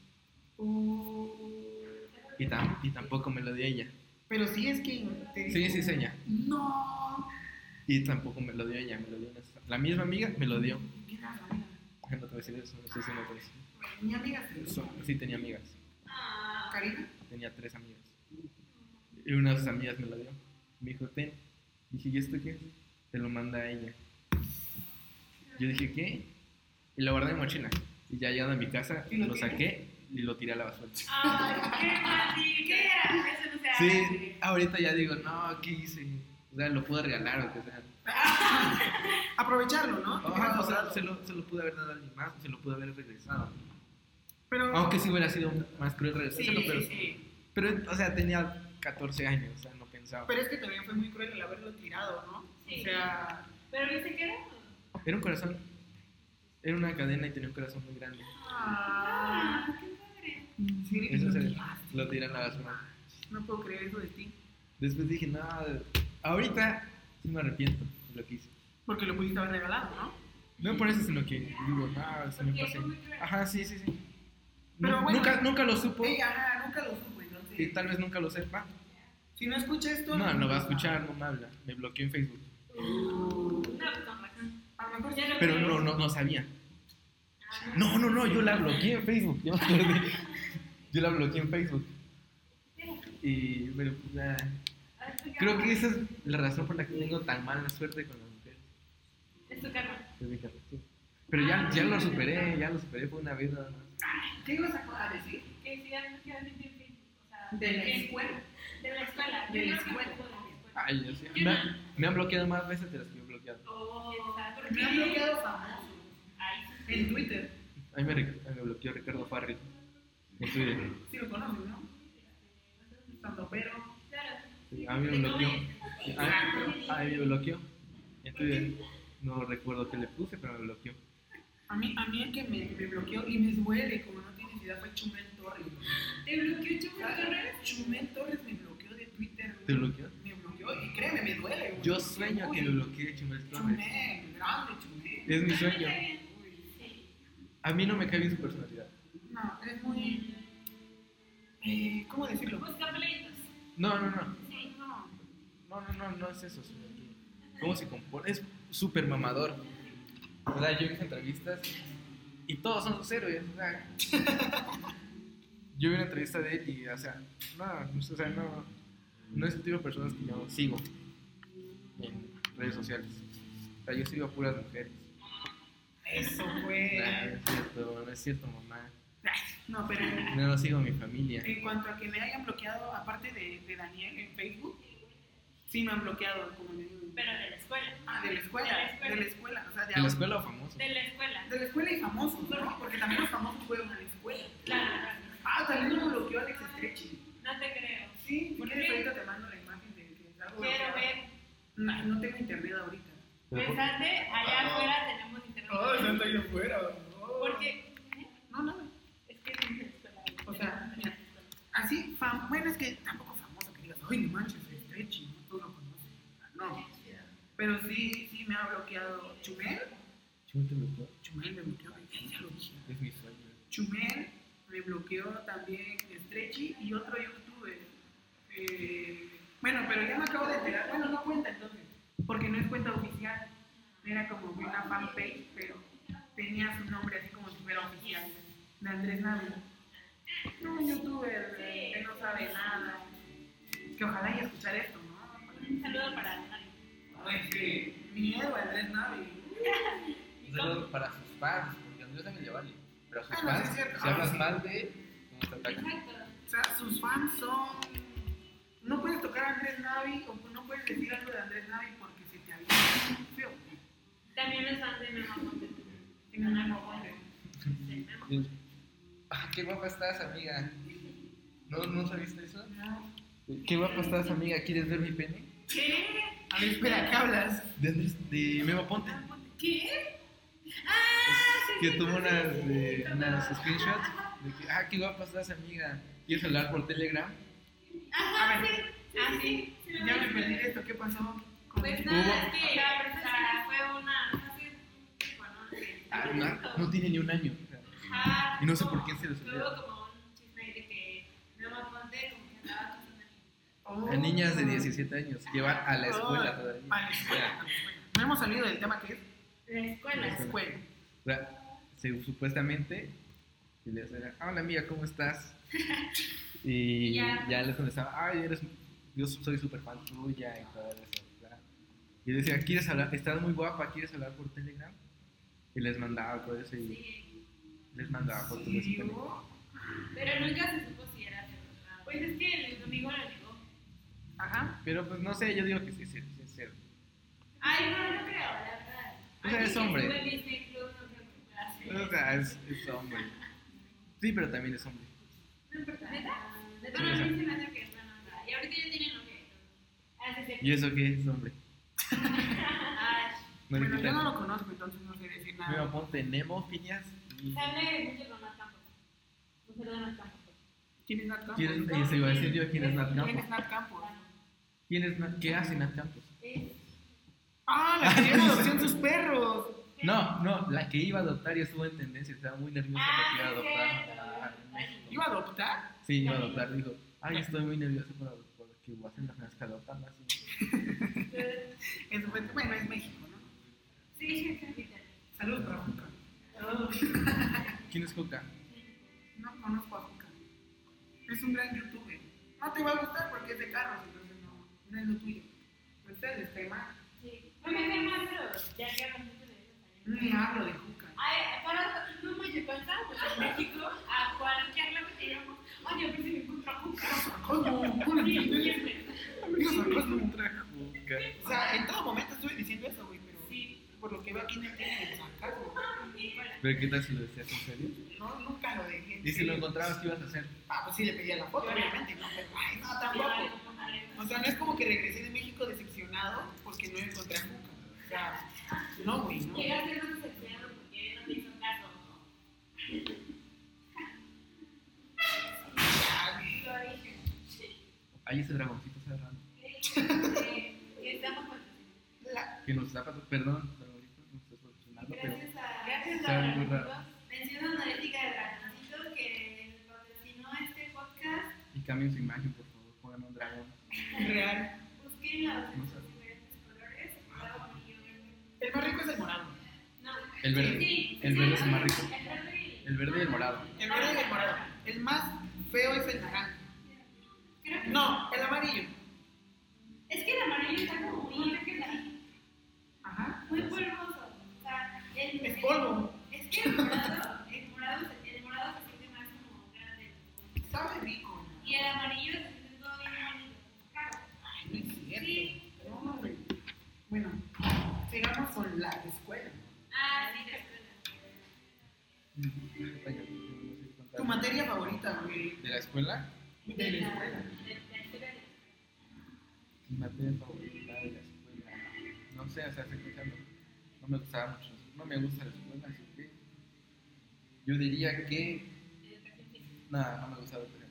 D: Uh,
A: y, tam- y tampoco me lo dio ella.
D: pero sí es que te
A: Sí,
D: dijo-
A: sí, seña.
D: No.
A: Y tampoco me lo dio ella, me lo dio una- la misma amiga, me lo dio.
D: ¿Qué era la amiga?
A: No te voy a decir eso, no sé si no te voy a decir.
D: Mi amiga se
A: So- Sí, tenía amigas.
B: Ah,
D: Karina.
A: Tenía tres amigas. Y una de sus amigas me la dio. Me dijo, ten. Dije, ¿y esto qué es? Te lo manda a ella. Yo dije, ¿qué? Y lo guardé en mi mochila. Y ya llegando a mi casa,
D: ¿Y
A: lo,
D: lo
A: saqué y lo tiré a la basura.
B: Ay, qué maldita. Eso no se hace.
A: Sí, ahorita ya digo, no, ¿qué hice? O sea, lo pude regalar o que sea.
E: Aprovecharlo, ¿no?
A: Ajá, Ah, o sea, se lo, se lo pude haber dado a alguien más, se lo pude haber regresado.
E: Pero
A: Aunque sí hubiera sido más cruel
D: Sí,
A: regresárselo, pero,
D: sí, sí.
A: pero, o sea, tenía 14 años, o sea, no pensaba.
E: Pero es que también fue muy cruel el haberlo tirado, ¿no?
B: Sí.
E: O sea,
B: Pero viste que era.
A: Era un corazón, era una cadena y tenía un corazón muy grande.
E: ah,
B: Ah, qué padre.
E: sí,
A: Eso
E: lo
A: se
D: ah,
E: tiraste.
A: lo tiran a la basura.
E: no puedo creer eso de ti.
A: Después dije, no, ahorita sí me arrepiento de lo que hice.
E: Porque lo pudiste haber regalado, ¿no?
A: No por eso, sino que digo, no, se me pasé. Ajá, sí, sí, sí.
E: Pero
A: Nu-
E: bueno.
A: nunca, nunca lo supo
D: Ey, ajá, nunca lo supo,
A: y
D: entonces.
A: tal vez nunca lo sepa.
E: Si no escucha esto.
A: No, no va a escuchar, no me habla. Me bloqueó en Facebook.
B: No, pues con razón.
D: A lo mejor
B: Ya lo
A: Pero
B: creo.
A: no, no, no sabía. No, no, no, yo la bloqueé en Facebook. Yo me acordé. Yo la bloqueé en Facebook. Y pero, nah,
B: Ah, es tu
A: creo
B: karma.
A: que esa es la razón por la que tengo tan mala suerte con las mujeres.
B: Es tu karma.
A: Yo dije, sí. Pero ya, ya lo superé, ya lo superé, fue una vez nada más.
D: ¿Qué ibas a a decir?
B: Que sigan efectivamente en Facebook. O sea,
D: De la
B: que-
D: escuela.
B: De la escuela. Yo
D: De la
B: creo que
D: escuela.
B: fue de la escuela.
A: Ay, yo sí. Me, han- me han bloqueado más veces de las que yo he bloqueado.
B: O sea, ¿por
D: Me han
B: qué?
D: bloqueado famosos
B: Ay,
D: en Twitter.
A: A mí me, re- me bloqueó Ricardo Farri. En Twitter.
D: Sí lo conoces, ¿no? Tanto pero.
B: claro.
A: Sí, A mí me bloqueó. A, a mí me bloqueó. En Twitter. No recuerdo qué le puse, pero me bloqueó.
D: A mí, a mí el que me, me bloqueó y me duele, como no tienes idea, fue Chumel Torres.
B: ¿Te bloqueó Chumel Torres?
D: Chumel Torres me bloqueó de Twitter. güey.
A: ¿Te bloqueó?
D: Me bloqueó y créeme, me duele. güey.
A: Yo sueño que me Eh. bloquee Chumel Torres.
D: Chumel, grande Chumel.
A: Es mi sueño.
B: Está bien.
A: A mí no me cae bien su personalidad.
D: No, es muy. eh, ¿Cómo decirlo?
B: Busca pleitos.
A: No, no, no.
B: Sí.
D: No.
A: No, no, no, no es eso. sino que ¿Cómo se compone? Es súper mamador. O sea, yo he visto entrevistas y todos son sus héroes. O sea, yo vi una entrevista de él y, o sea, no, o sea, no, no es el tipo de personas que yo sigo en redes sociales. O sea, yo sigo a puras mujeres.
D: Eso fue.
A: Nah, no es cierto, no es cierto, mamá.
D: No, pero en,
A: No, no sigo a mi familia.
D: en cuanto a que me hayan bloqueado, aparte de, de Daniel en Facebook, sí me han bloqueado, como le digo.
B: Pero de la escuela.
D: Ah, de la escuela,
B: De la escuela.
D: de la escuela, o sea, de,
A: ¿En la escuela o famoso?
B: De la escuela.
D: de la escuela y famosos, ¿no? Porque también los famosos fueron a la escuela.
B: Claro.
D: Ah, también me bloqueó Alex Estrechi.
B: No te creo.
D: Sí,
B: ¿Por
D: porque quieres
B: qué?
D: ahorita te mando la imagen de que está
B: Quiero
D: bloqueado.
B: ver.
D: No, no tengo internet ahorita.
B: Pensate, allá afuera tenemos internet.
D: estoy afuera.
B: Porque ¿eh?
D: No, nada.
B: es que es de la escuela.
D: O sea, mira, así, fam- bueno, es que tampoco famoso que digas, ay, no manches, Estrechi, no, tú lo conoces. No. Pero sí, sí me ha bloqueado Chumel.
A: Chumel te bloqueó.
D: Chumel me bloqueó, ay, ya lo dije.
A: Es mi sueño.
D: Chumel me bloqueó también Estrechi y otro youtuber. Eh, bueno, pero ya me acabo de enterar. Bueno, no cuenta entonces, porque no es cuenta oficial. Era como una fanpage, pero tenía su nombre así como si fuera oficial. De Andrés Navia. No, un youtuber eh, que no sabe nada. Que ojalá y escuchar esto, ¿no?
B: Un saludo para Dani.
D: Ay, que mi héroe Andrés Navia.
A: Un saludo para sus fans, porque Andrés también le vale. Pero a sus
D: Ah, no, sí
A: fans,
D: es cierto.
A: si
D: Ah,
A: hablas
D: sí.
A: mal de él, ¿cómo te atacan?
B: Exacto.
D: O sea, sus fans son. No puedes tocar a Andrés Navi o no puedes decir algo de Andrés Navi porque se te avienta feo.
B: También los fans de Memo Montes.
D: Y me dan como,
B: Sí, Memo.
A: Y- Ah, qué guapa estás, amiga. ¿No, ¿No sabiste eso?
D: "No".
A: Qué guapa estás, amiga. ¿Quieres ver mi pene?
B: ¿Qué?
D: A ver, espera, ¿qué hablas?
A: De Andrés, de Memo Ponte.
B: ¿Qué? Ah, sí,
A: Que
B: sí,
A: tomó
B: sí,
A: unas,
B: sí,
A: de,
B: sí,
A: unas
B: tomó.
A: screenshots de que, ah, qué guapa estás, amiga. ¿Quieres hablar por Telegram?
B: Ajá,
D: A
B: sí.
D: ver.
B: Ah, sí. sí,
D: Ya me
B: sí.
D: perdí de esto, ¿qué pasó? Con-
B: Pues
A: Hubo-
B: nada, es que o sea, fue una. Bueno, no sé.
A: Ah, no, no tiene ni un año.
B: Ajá,
A: Y no sé
B: como-
A: por qué se les olvidó.
B: Hubo como un chisme de que Memo Montes como que andaba con una niña.
A: A
D: Oh.
A: niñas de 17 años que van a la
D: Ah.
A: escuela todavía.
D: A la escuela, a la escuela. No hemos salido del tema que es
B: La
A: La
B: escuela.
A: escuela.
D: escuela.
A: O sea, se- supuestamente, y le hacía, hola amiga, ¿cómo estás? Y
B: Ya.
A: ya, les contestaba, ay, eres, yo soy súper fan tuya y todo eso. ¿verdad? Y decía, ¿quieres hablar? Estás muy guapa, ¿quieres hablar por Telegram? Y les mandaba todo eso y
F: Sí.
A: les mandaba fotos de
G: Sí,
A: su pene.
G: yo-
F: Pero nunca se supo si era de verdad.
B: Pues es que el domingo lo negó.
D: Ajá.
A: Pero pues no sé, yo digo que sí, sí, sí, sí.
F: Ay, no, no creo, la verdad.
A: O sea,
F: Ay,
A: es
F: que
A: hombre.
F: estuve en Disney Club, no creo que pueda ser.
A: O sea, es, es hombre. Sí, pero también es hombre.
B: No importa.
F: ¿Neta?
B: De
F: Bueno, a
B: todas
F: mí
B: maneras,
F: se me hace que es buena onda. Y ahorita ya tiene novia y todo. Ah,
B: así se-
A: ¿Y eso qué es hombre?
F: Ay,
A: No le
D: bueno, yo
A: quitan.
D: no lo conozco, entonces no sé decir
A: Mira,
D: nada.
A: pues, tenemos piñas. y-
B: Sale mucho con más campos. Mucho con más campos.
D: ¿Quién es Nat Campos?
A: ¿Quién es- y se iba a decir yo quién es Nat
D: ¿Quién
A: Campos.
D: es Nat Campos?
A: ¿Quién es Nat- ¿Qué hace Nat Campos?
B: Es-
F: Este,
D: Ah, la que tiene adopción sus perros.
A: No, no, la que iba a adoptar y estuvo en tendencia, estaba muy nerviosa
B: Ah,
A: porque iba a
B: sí,
A: adoptar.
B: cierto.
A: a México.
D: ¿Iba a adoptar?
A: Sí, iba a adoptar, dijo, ay, estoy muy nerviosa por, porque voy a ser la primera que adoptan así.
D: Es- bueno, es México, ¿no?
B: Sí, es capital.
D: Saludos para Juca.
A: ¿Quién es Coca?
D: No conozco a Juca. Es un gran youtuber. No te va a gustar porque es de carros, entonces no, no es lo tuyo. Pero ustedes les cae mal.
B: Sí. No me sé más, pero ya que hablamos mucho de eso
D: No
B: también.
D: ni hablo de Juca.
B: Ay, para, no me llegó en México a cualquier lado que llegamos. Oye, a ver si me encuentro a Cuca.
D: Cosmo, ¿cómo lo
B: Sí,
D: entiendes?
B: siempre.
D: O
A: Coca.
D: sea, en todo momento estuve diciendo eso, güey, pero
B: Sí.
D: por lo que veo aquí no tiene el sarcasmo.
A: ¿Pero qué tal si lo decías en serio?
D: No, nunca lo dejé. en
A: Y si lo
D: serio.
A: encontrabas, ¿qué ibas a hacer?
D: Ah, pues sí le pedía la foto, obviamente. No, pero, ay, no, tampoco. O sea, no es como que regresé de México decepcionado porque no encontré a Juca. O sea, no, güey, no.
B: Llega a ser más decepcionado porque no te hizo caso, ¿no?
D: Ya, güey.
B: Lo dije.
A: Ahí ese dragoncito sagrado.
B: Estamos
D: La-
A: Que nos está pasando, perdón, dragoncito, nos estás patrocinando, pero
B: Gracias a. Gracias
A: Está
B: a.
A: muy raro.
B: Mención honorífica de Dragoncito que patrocinó este podcast.
A: y cambien su imagen, por favor, pongan un dragón.
D: Real.
B: Busquen los diferentes colores: rojo, amarillo, verde.
D: El más rico es el morado.
B: No,
A: El verde.
B: Sí,
A: El
B: sí,
A: verde es
B: sí,
A: el más rico.
B: El verde y-
A: El verde y el morado.
D: El verde es el morado. El más feo es el naranja.
B: Creo que-
D: No, el amarillo.
B: Es que el amarillo está como muy, muy
D: Ajá.
B: polvoso. O sea, el,
D: Es polvo.
B: Es que el morado, el morado, se- el morado se siente más como grande.
D: Sabe rico.
B: Y el amarillo se siente todo bien bonito.
D: Ay, no es cierto.
B: Sí.
D: No, güey. Bueno, sigamos con la escuela.
B: Ah, sí, la escuela.
D: Tu materia favorita, güey.
A: ¿De la escuela?
D: De la escuela.
B: De la escuela.
A: Mi materia favorita de la escuela. No sé, o sea, estoy pensando. No me gustaba mucho. No me gusta la escuela, así que. Yo diría que.
B: de educación física.
A: Nada, no me gustaba la escuela.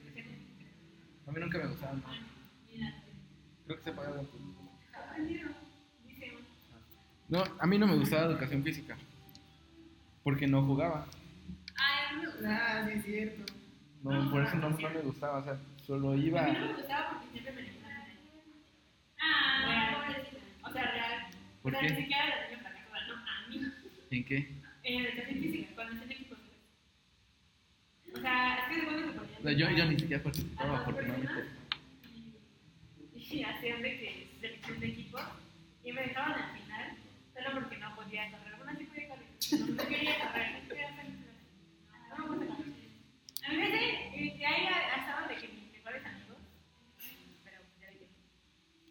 A: A mí nunca me gustaba. ¿no?
B: Y la-
A: Creo que se pagaba por-
B: Aprendieron, dice uno.
A: No, a mí no me gustaba educación física. Porque no jugaba.
B: Ay, a mí me gustaba.
D: Ah, sí, es cierto. Ah,
A: No, por eso no, no me gustaba. O sea, solo iba.
B: A mí no me gustaba porque siempre me lesionaba. Ah, pobrecita. O sea, real.
A: ¿Por
B: o sea,
A: qué?
B: ni siquiera la niña para acabar, no, a mí.
A: ¿En qué?
B: En educación física, cuando hacen equipos. O sea, es que después de que ponían.
A: O sea, yo, yo ni siquiera participaba porque no me
B: Y, y hacían de que selección de equipos. Y me dejaban al final, solo porque no podía correr. Bueno, sí podía correr. No, no quería correr, no quería hacer nada. No me gusta correr. A mí me hace eh, que ahí estaban de que mis mejores amigos. Pero ya dije.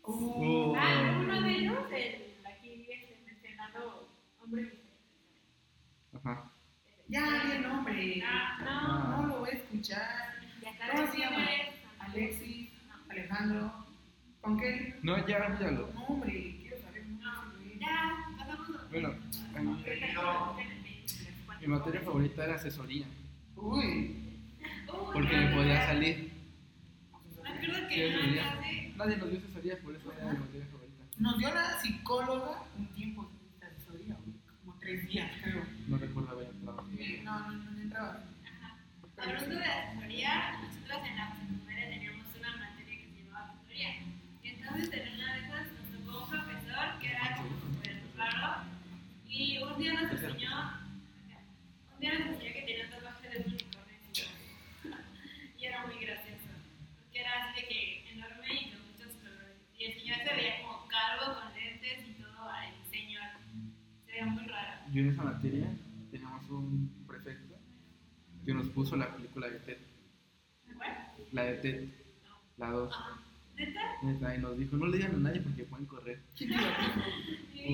D: Uh.
A: Oh.
B: Ah, uno de ellos, el, aquí, este, mencionando hombre y mujer.
A: Ajá.
D: Ya, di el nombre.
B: Ah, no.
D: No lo voy a escuchar.
B: Ya está,
D: ¿Cómo se llama?
B: Alex.
D: Alexis, Alejandro. ¿Con qué?
A: No, ya, olvídalo.
D: No, hombre, quiero saber más. güey.
B: Ya, pasamos a
A: Bueno, en- mi materia favorita era asesoría.
D: Uy.
A: Porque me podía salir.
B: Me acuerdo
A: Sí,
B: que en una
A: debería.
B: clase,
A: Nadie nos dio asesoría, por eso era mi materia favorita.
D: Nos dio la psicóloga un tiempo de asesoría, güey, como tres días, creo.
A: No recuerdo haber entrado.
D: Sí, No, no, no, no entraba.
B: hablando de asesoría, nosotros en la secundaria teníamos una materia que se llamaba tutoría. Entonces, en una de esas nos tocó un profesor que era como súper raro y un día nos enseñó, un día nos enseñó que tenía tatuaje de un unicornio en su brazo. y era muy gracioso. Porque era así de que enorme y con muchos colores. Y el señor se veía como calvo con lentes y todo al diseño. Se veía muy raro.
A: Yo en esa materia teníamos un prefecto que nos puso la película de Ted.
C: ¿Cuál?
A: La de Ted. La 2.
C: Ajá. ¿Neta?
A: Neta, y nos dijo, no le digan a nadie porque pueden correr.
C: Mi
A: Un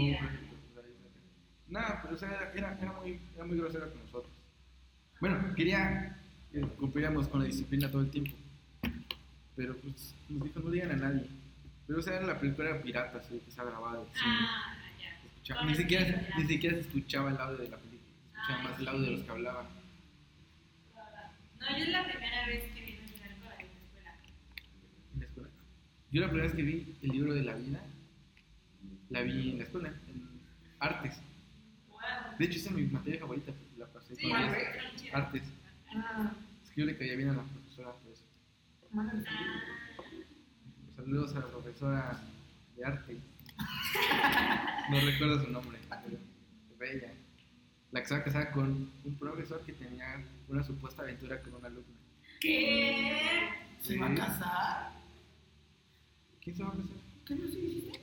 C: vida.
A: prefecto, o sea, imagínate. Nada, pero o sea, era, era, era muy, era muy grosera con nosotros. Bueno, quería que cumpliéramos con la disciplina todo el tiempo. Pero pues nos dijo, no digan a nadie. Pero o sea, era la película era pirata, así que se ha grabado. sí.
C: Ah, ya.
A: Escuchaba- ni, siquiera, ni siquiera se escuchaba el audio de la película, se
C: Ah,
A: escuchaba más el audio de los que hablaban.
C: No, yo es la primera vez que vine a estudiar con la escuela.
A: en la escuela. Yo la primera vez que vi el libro de la vida, la vi en la escuela, en artes.
C: Wow.
A: De hecho, esa es mi materia favorita, porque la pasé
C: Sí,
A: con
D: ¿Cuál
A: ella.
D: fue?
C: está chido.
A: artes.
D: Ah,
A: Es que yo le caía bien a la profesora pues. por eso.
D: madre.
A: Saludos a la profesora de arte. No recuerdo su nombre, pero es bella. La que estaba casada con un profesor que tenía una supuesta aventura con una alumna.
C: ¿Qué?
D: ¿Se va a casar?
A: ¿Quién se va a casar?
D: ¿Qué no se dijiste?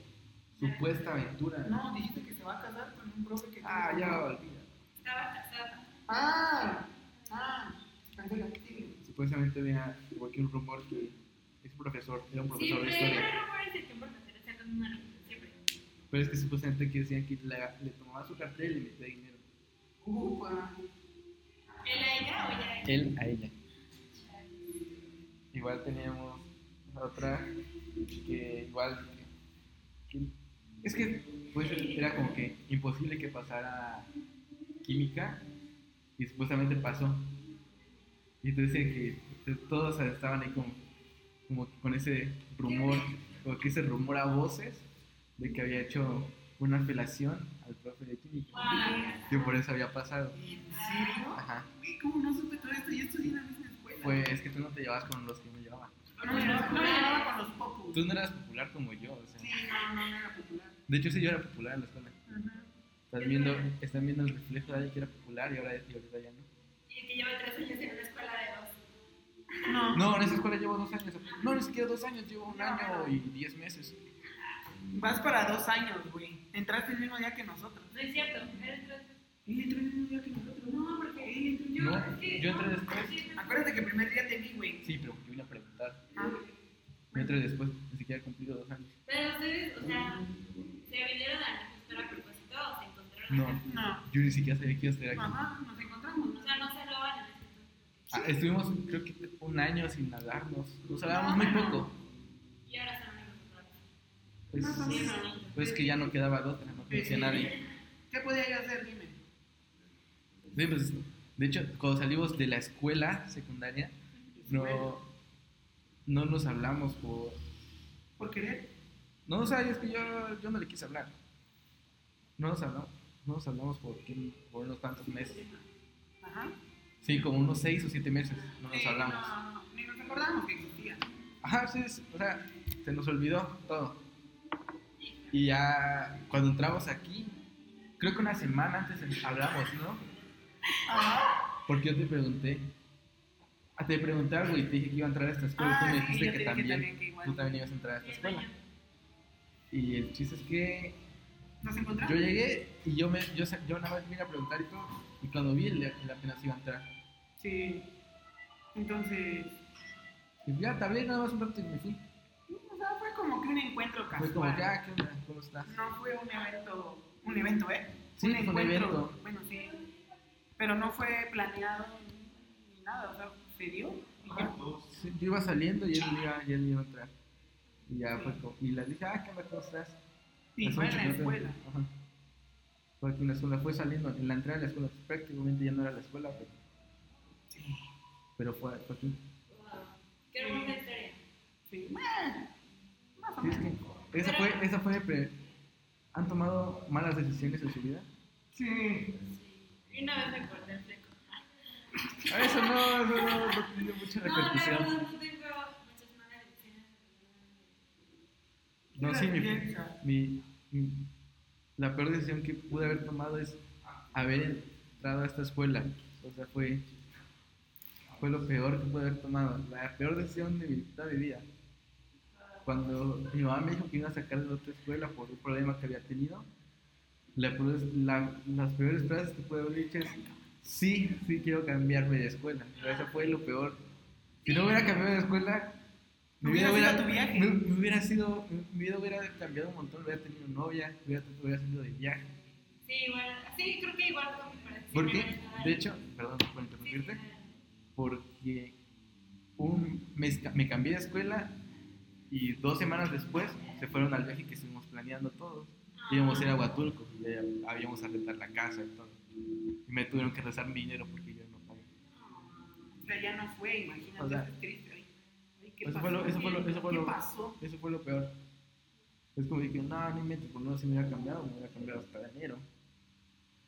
A: Supuesta aventura.
D: No, dijiste que se va a casar con un profe que.
A: Ah, ya lo olvidé.
C: Estaba casada.
D: Ah, ah, cancela, sigue.
A: supuestamente había igual que un rumor que ese profesor era un profesor de
C: Siempre,
A: historia
C: pero no parece que por hacer esa con una alumna, siempre.
A: pero es que supuestamente que decían que la- le tomaba su cartel y le metía dinero
D: Upa.
C: ¿Él a ella o ella a él?
A: él a ella igual teníamos a otra que igual que- es que pues era como que imposible que pasara química y supuestamente pasó y entonces que todos estaban ahí como, como que con ese rumor como que ese rumor a voces de que había hecho una apelación al profe de química
C: Guau.
A: que por eso había pasado
D: ¿En serio?
A: ajá
D: Uy, ¿cómo no supe todo esto? Yo estudié en la misma escuela.
A: pues es que tú no te llevabas con los que me llevaban
D: no, me llevaba- no me llevaba con los popos.
A: Tú no eras popular como yo, o sea.
D: Sí, no, no, no era popular.
A: De hecho, sí, yo era popular en la escuela. Están viendo, están viendo el reflejo de alguien que era popular y ahora y ahorita ya no.
C: Y que lleva tres años en una escuela de dos.
D: No.
A: No, en esa escuela llevo dos años. No, ni siquiera dos años, llevo un año y diez meses.
D: Vas para dos años, güey. Entraste el mismo día que nosotros.
C: No es cierto, eres tres.
D: Él entró el mismo día que nosotros. No, porque él entró.
C: Yo,
A: No,
C: es que,
A: yo entré
C: no,
A: después.
C: sí, no.
D: Acuérdate que el primer día te vi, güey.
A: Sí, pero yo vine a preguntar.
D: Ah,
A: Me entré después, ni siquiera he cumplido dos años.
C: Pero ustedes, o sea, ¿se vinieron a la escuela a propósito o se encontraron
A: No,
C: acá?
D: no.
A: yo ni siquiera sabía que iba a estar aquí.
D: Ajá, nos encontramos.
C: O sea, no se hablaban en ese entonces.
A: Ah, estuvimos, creo que un año sin hablarnos. Nos hablábamos muy poco.
C: Y ahora son amigos otra vez.
A: Pues,
D: Más o
C: Sí,
D: menos.
C: bonito.
A: pues es que ya no quedaba de otra, no conocía a nadie.
D: ¿Qué podía yo hacer? Dime.
A: Sí, pues, de hecho, cuando salimos de la escuela secundaria, no, no nos hablamos por...
D: ¿Por querer?
A: No, o sea, es que yo, yo no le quise hablar. No nos hablamos, no nos hablamos por, un- por unos tantos meses.
D: Ajá.
A: Sí, como unos seis o siete meses no nos
D: Sí,
A: hablamos.
D: No, no, ni nos acordamos que existía.
A: Ajá, sí, es- o sea, se nos olvidó todo. Y ya cuando entramos aquí, creo que una semana antes hablamos, ¿no?
D: Ajá.
A: Porque yo te pregunté. Ah, te pregunté algo y te dije que iba a entrar a esta escuela y tú me
D: Ah, sí,
A: dijiste
D: yo
A: que,
D: te dije
A: también,
D: también que igual.
A: tú también ibas a entrar a esta
C: Bien,
A: escuela.
C: año.
A: Y el chiste es que
D: Nos
A: Yo
D: encontramos.
A: llegué y yo, me, yo, sa- yo nada más vine a preguntar y todo. Y cuando vi, él él apenas iba a entrar.
D: Sí. Entonces,
A: Y ya, te hablé nada más un rato y me fui.
D: o sea, fue como que un encuentro casual.
A: Fue como, ya, ¿qué onda? ¿Cómo estás?
D: No fue un evento, un evento, ¿eh?
A: Sí,
D: un
A: fue un evento.
D: Bueno, sí. Pero no fue planeado ni nada, o sea, se dio. y ya.
A: Sí, yo iba saliendo y él iba, y él iba a entrar. Y ya fue como, y le dije, ah, ¿qué onda? ¿Cómo estás?
D: Y
A: Hace
D: fue en
A: mucho
D: la
A: que no te-
D: escuela.
A: Ajá. Fue aquí en la escuela, fue saliendo. En la entrada de la escuela, pues, prácticamente ya no era la escuela, pero,
D: Sí.
A: pero fue, fue aquí.
C: Wow. Qué hermosa historia.
D: Sí. Bueno, más o
A: Sí, es
D: menos.
A: que esa fue, esa fue, pre- ¿han tomado malas decisiones en su vida?
D: Sí.
C: Y una vez me corté el fleco.
A: A eso no, eso no, no tiene mucha
C: No, la
A: repercusión.
C: verdad no tengo muchas malas decisiones.
A: No,
D: Pero
A: sí, mi,
D: piensa.
A: mi- mi- la peor decisión que pude haber tomado es haber entrado a esta escuela. O sea, fue, fue lo peor que pude haber tomado. La peor decisión de mi, toda mi vida. Cuando mi mamá me dijo que iba a sacar de otra escuela por un problema que había tenido, la peores- la- las peores frases que puedo haber dicho es, sí, sí quiero cambiarme de escuela. Pero eso fue lo peor. Si no hubiera cambiado de escuela,
D: No
A: mi vida
D: hubiera sido tu viaje.
A: me- me hubiera sido, mi vida hubiera cambiado un montón, hubiera tenido novia, hubiera, hubiera sido de viaje.
B: Sí, igual. Sí, creo que igual con mi parecer.
A: Porque, de hecho, perdón por interrumpirte, porque un, me, esca- me cambié de escuela y dos semanas después se fueron al viaje que estuvimos planeando todos. Íbamos a ir a Huatulco, y ya habíamos a rentar la casa y todo. Y me tuvieron que rezar mi dinero porque yo no pagué.
D: Pero ya no fue, imagínate,
A: O sea,
D: es triste. Ay, ay, ¿qué
A: eso
D: pasó?
A: fue lo- eso fue lo- eso fue
D: ¿Qué
A: lo-
D: pasó?
A: Eso fue lo peor. Es como que, no, ni me por no, si me hubiera cambiado, me hubiera cambiado hasta enero.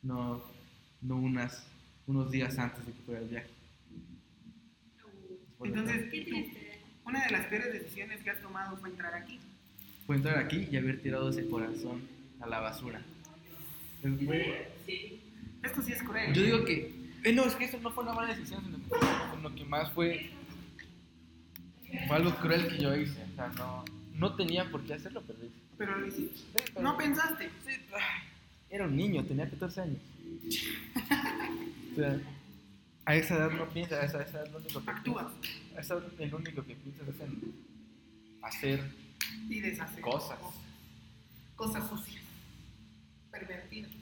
A: No, no unas, unos días antes de que fuera el viaje. Fue lo peor.
D: Entonces,
B: Qué
D: tú-
B: triste.
D: una de las peores decisiones que has tomado fue entrar aquí.
A: fue entrar aquí y haber tirado ese corazón a la basura. Eso fue-
D: Esto sí es cruel.
A: Yo digo que, eh, no, es que eso no fue una mala decisión, sino que, sino que más fue, fue algo cruel que yo hice. O sea, no, no tenía por qué hacerlo, pero lo hice.
D: Pero lo hiciste.
A: Sí, pero-
D: No pensaste.
A: sí, ay, era un niño, tenía 14 años. O sea, a esa edad no piensas, a esa, a esa edad lo único que
D: Actúas
A: piensas- a esa edad el único que piensas es en hacer
D: y deshaces.
A: cosas.
D: Cosas sucias. Pervertidas.
C: ¿De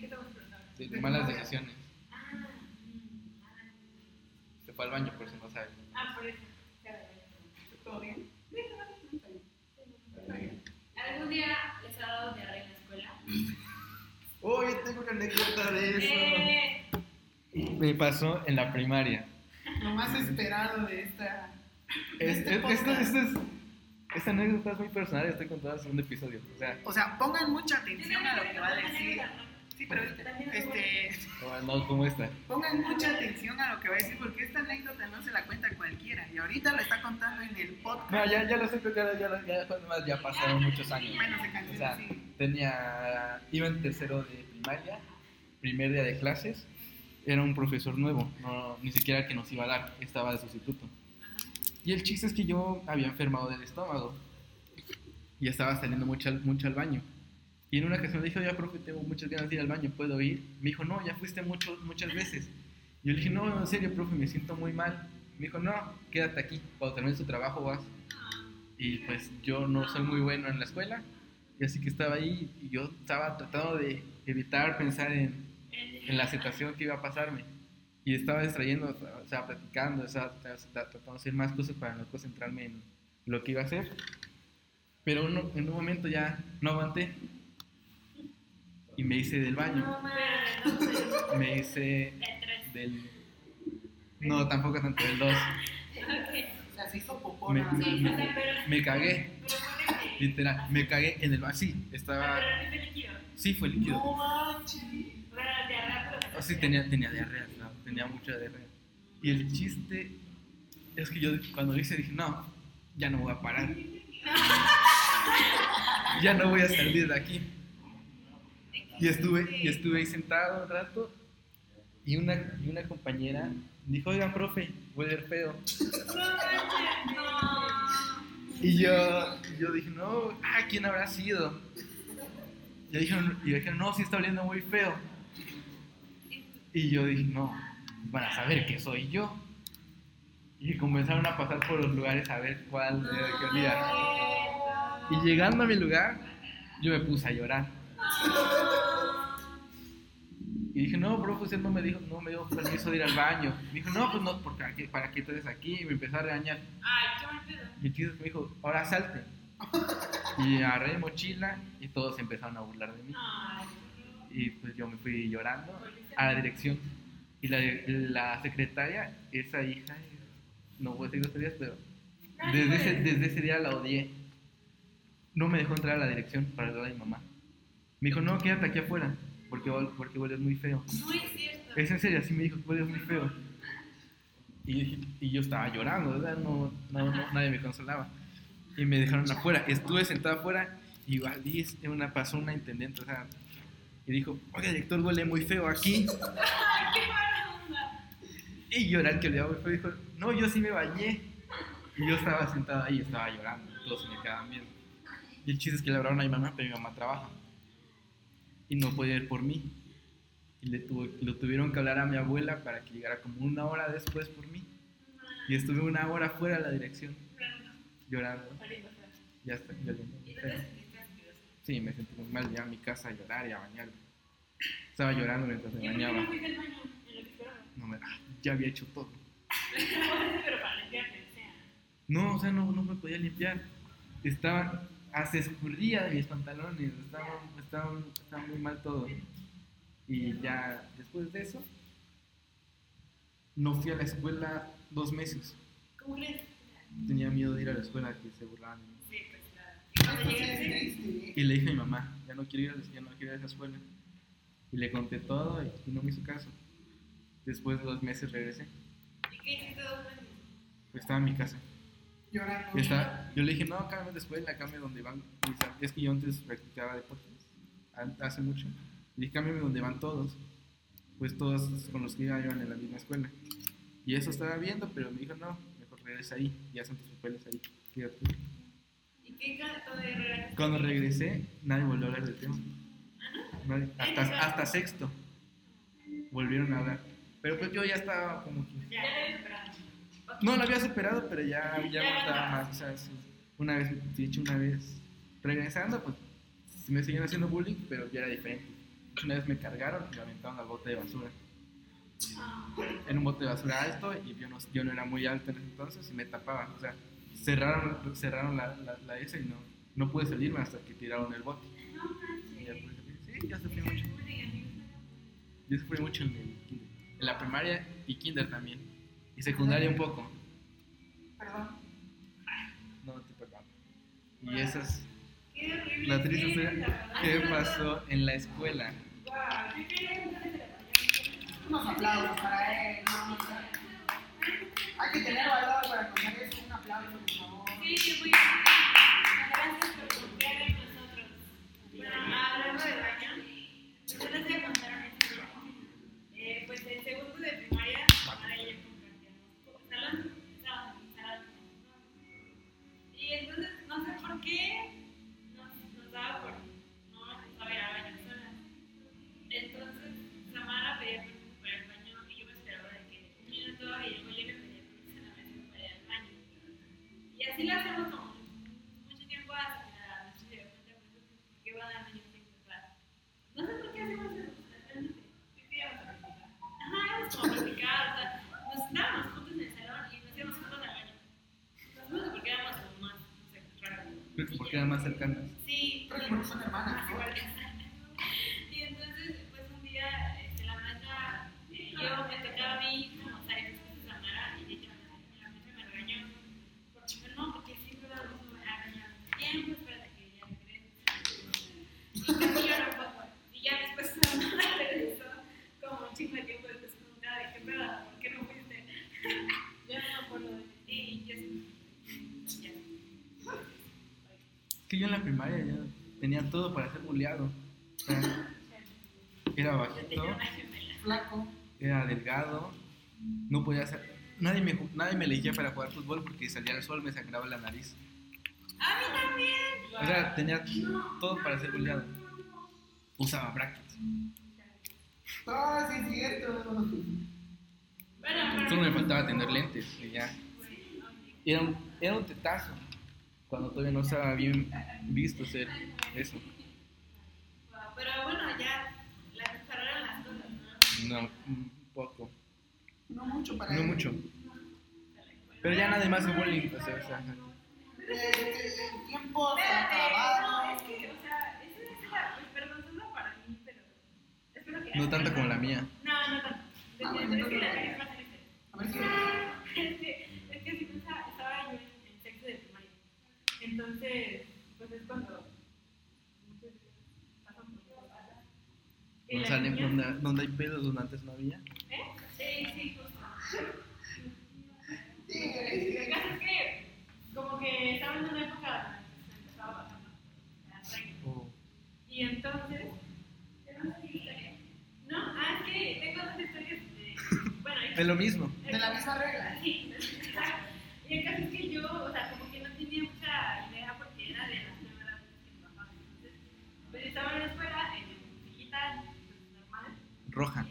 C: qué estamos preguntando?
A: Sí, malas decisiones.
B: Ah, mm,
A: Se fue al baño, por si no sabe.
C: Ah, por eso.
D: ¿Todo bien?
B: ¿Algún día les ha dado diarrea en la escuela?
A: Oh, yo tengo una anécdota de
B: Eh,
A: Me pasó en la primaria.
D: Lo más esperado de esta.
A: Es-
D: Este
A: es- esto-
D: podcast.
A: esto es- esta anécdota es muy personal, estoy contando en el segundo episodio. O sea,
D: O sea, pongan mucha
C: Yo
D: atención
C: también
D: a lo que
C: tengo
D: va a
C: una
D: decir.
C: anécdota.
D: Sí, pero este,
A: como- no como esta.
D: pongan mucha atención a lo que va a decir porque esta anécdota no se la cuenta cualquiera. Y ahorita la está contando en el podcast.
A: No, ya, ya lo sé, pero ya, ya, ya, ya, fue más, ya pasaron muchos años.
D: Bueno, se
A: O
D: cancela,
A: sea,
D: sí.
A: tenía, iba en tercero de primaria, primer día de clases, era un profesor nuevo, no, ni siquiera que nos iba a dar, estaba de sustituto. Y el chiste es que yo había enfermado del estómago y estaba saliendo mucho, al- mucho al baño. Y en una ocasión le dije, oye, profe, tengo muchas ganas de ir al baño, ¿puedo ir? Me dijo, no, ya fuiste mucho, muchas veces. Yo le dije, no, en serio, profe, me siento muy mal. Me dijo, no, quédate aquí, cuando termines tu trabajo vas.
B: Ah,
A: Y pues yo no soy muy bueno en la escuela, y así que estaba ahí y yo estaba tratando de evitar pensar en, en
B: eh,
A: la situación que iba a pasarme. Y estaba distrayendo, o sea, platicando, o sea, tra- tra- tratando de hacer más cosas para no concentrarme en lo que iba a hacer. Pero uno- en un momento ya no aguanté y me hice del baño.
B: no mames.
A: Me hice
B: De tres.
A: del... No, tampoco tanto del 2.
B: Ok.
D: O sea, se hizo popó
A: Me-
D: nada más.
B: Sí, o sea, pero.
A: Me cagué,
B: Pero fue de-
A: literal, me cagué en el baño. Sí,
B: Ah,
A: estaba...
B: Pero es de líquido.
A: Sí, fue líquido.
D: No manches.
B: O sea, diarrea, pero.
A: Oh, sí, tenía, tenía diarrea, claro, tenía mucha diarrea. Y el chiste es que yo cuando lo hice dije, no, ya no voy a parar. ya no voy a salir de aquí. Y estuve, y estuve ahí sentado un rato y una, y una compañera dijo, oiga, profe, voy a ver pedo. Y yo, y yo dije, no, ah, ¿quién habrá sido? Y dijeron, y dijeron, no, sí está oliendo muy feo. Y yo dije, no, van a saber que soy yo. Y comenzaron a pasar por los lugares a ver cuál era el que olía. Y llegando a mi lugar, yo me puse a llorar. Y dije, no, profe, usted no me dijo, no me dio permiso de ir al baño. Me dijo, no, pues no, porque ¿para qué, para qué te des aquí? Y me empezó a regañar.
B: Ay, qué mal pedo.
A: Y el chiste es que me dijo, ahora salte. Y agarré mi mochila y todos se empezaron a burlar de mí.
B: Ay,
A: Y pues yo me fui llorando a la dirección. Y la, la secretaria, esa hija, no voy a decir groserías, pero desde ese, desde ese día la odié. No me dejó entrar a la dirección para ayudar a mi mamá. Me dijo, no, quédate aquí afuera, porque, huel- porque hueles muy feo.
B: no es cierto.
A: Es en serio, así me dijo, hueles muy feo. Y, yo dije- y yo estaba llorando, ¿verdad? No, no, no, nadie me consolaba. Y me dejaron afuera. Estuve sentado afuera y valí, una, pasó una intendente, o sea, y dijo, oiga, director, huele muy feo aquí.
B: Qué mala onda.
A: Y llorar que le hago fue, dijo, no, yo sí me bañé. Y yo estaba sentado ahí, estaba llorando, todos me quedaban viendo. Y el chiste es que le hablaron a mi mamá, pero mi mamá trabaja. y no podía ir por mí. Y le tuvo- lo tuvieron que hablar a mi abuela para que llegara como una hora después por mí. Y estuve una hora fuera de la dirección, llorando. Ya está, ya lo-
B: Y no te sentiste asqueroso.
A: Sí, me sentí muy mal, llegué a mi casa a llorar y a bañarme. Estaba llorando mientras
B: ¿Y
A: me
B: por qué no
A: bañaba.
B: fuiste al baño en lo que esperaba?
A: No me- ah, ya había hecho todo.
B: Pero para limpiarte, o sea.
A: No, o sea, no, no me podía limpiar. Estaba, ah, se escurría de mis pantalones. Estaba, estaba, estaba muy mal todo. Y ya después de eso, no fui a la escuela dos meses.
B: ¿Cómo crees?
A: Tenía miedo de ir a la escuela, que se burlaban de mí.
B: Sí, pues claro. Y cuando llegaste,
D: triste. ¿eh?
A: Y le dije a mi mamá, ya no quiero ir a, la- ya no quiero ir a esa escuela. Y le conté todo y, y no me hizo caso. Después de dos meses regresé.
B: ¿y qué hiciste dos meses?
A: Pues estaba en mi casa.
D: Llorando.
A: Y estaba- yo le dije, no, cámbiame de escuela, cámbiame donde van. mis am- es que yo antes practicaba deportes, an- hace mucho. Le dije, cámbiame donde van todos. Pues todos con los que iba iban en la misma escuela. Y eso estaba viendo, pero me dijo, no, mejor regresa ahí. Ya son tus papeles ahí. quédate".
B: ¿Y qué canto de regreso?
A: Cuando regresé, nadie volvió a hablar del tema. Nadie- hasta, hasta sexto volvieron a hablar. Pero pues yo ya estaba como que...
B: Ya lo he superado.
A: No, lo había superado, pero ya, ya
B: Ya
A: no estaba
B: no.
A: más. O sea, sí, una vez, de hecho, una vez regresando, pues sí me seguían haciendo bullying, pero ya era diferente. Una vez me cargaron y me aventaron al bote de basura.
B: Ah,
A: En un bote de basura alto y yo no, yo no era muy alto en ese entonces y me tapaban. O sea, cerraron, cerraron la, la, la esa y no, no pude salirme hasta que tiraron el bote.
B: No
A: Y ya
B: manches.
A: pude salir. sí, ya sufrí mucho.
B: Ese bullying, amigo.
A: Yo sufrí mucho en el kinder. En la primaria y kinder también. Y secundaria un poco.
D: Perdón.
A: No te perdono. Y esa es
B: Qué horrible.
A: la triste
B: Qué
A: historia que
B: horrible.
A: pasó en la escuela.
B: Guau, yo quería contarles de la mañana.
D: Unos aplausos para él. ¿no? Hay que tener valor para contar eso. Un aplauso, por favor.
B: Sí, yo voy a- Gracias por confiar en nosotros. Bueno, hablando del baño, yo les voy a contar una historia. Eh, pues en segundo de primaria, ahora ya compartíamos salón, estábamos en salón. Y entonces, no sé por qué, nos, nos daba por no nos dejaba ir al baño solas. Entonces, Samara pedía permiso para el baño y yo me esperaba de que un minuto y luego yo me pedía permiso en la mesa para ir al baño. Y así lo hacemos como mucho tiempo hasta que la noche se dio cuenta pues, que iba a dar años sin contar. No sé por qué hacemos eso, realmente. Yo quería practicar. Ajá, es como practicar, o sea, nos estábamos juntos en el salón y nos íbamos juntos al baño. No sé por qué éramos como más, no sé, raro.
A: Creo que porque eran más cercanas.
B: Sí,
D: Creo que porque son hermanas,
B: más
D: ¿no?
B: iguales. Y entonces, pues un día, este, la maestra, eh, yo me tocaba a mí, como salir después de Samara, y ella, la maestra me regañó. Porque yo no, porque siempre la vamos a regañar tiempo, pues, espérate que ya regrese. Y yo no puedo. Y ya después Samara regresó, como un chingo de tiempo después, como nada, de qué pedo, ¿por qué no fuiste? Yo no me acuerdo. Y yo sí. Ya.
A: Es que yo en la primaria ya tenía todo para ser buleado. O sea, Era
B: Yo tenía
A: bajito,
B: una gemela.
D: Flaco.
A: era delgado, no podía hacer. Nadie me, ju- nadie me elegía para jugar fútbol porque salía el sol, me sangraba la nariz.
B: ¡A mí también!
A: O sea, tenía todo para ser buleado. Usaba brackets.
D: Ah, sí, es cierto.
B: Bueno, pero-
A: Solo me faltaba tener lentes y ya. Era un, era un tetazo cuando todavía no estaba bien visto ser eso.
B: Pero bueno, ya las separaron las cosas, ¿no?
A: No, un poco.
D: No mucho para
A: No
D: él.
A: mucho. Pero ya nadie más de bullying. O sea, o sea, ajá.
D: Este, el tiempo se
B: Espérate, no,
D: acababa.
B: es que, o sea, esa es la, pues, perdón, es la para mí, pero espero que...
A: no tanto como la mía.
B: No, no tanto.
D: Ah,
B: Es
D: bueno,
B: que- es que la
D: entonces-
B: es más triste.
D: A ver si.
B: Es que, es que sí, pues, estaba- estaba yo en, en sexto de primaria. Entonces, pues es cuando muchas veces pasan por cosas. Y
A: No
B: la
A: salen
B: niña-
A: donde, donde hay pedos donde antes no había.
B: ¿Eh? Sí, sí, justo. El
D: Sí,
B: caso es que, como que estaba en una época donde se empezaba a bajar la regla.
A: O
B: Y entonces, tenemos una historia. No, ah, es que tengo dos historias de. Bueno,
A: De lo mismo.
D: de la misma regla.
B: Sí, y el caso es que yo, o sea, como que no tenía mucha idea porque era de las primeras veces que mi papá. Entonces, pues estaba en la escuela, en mi
A: roja,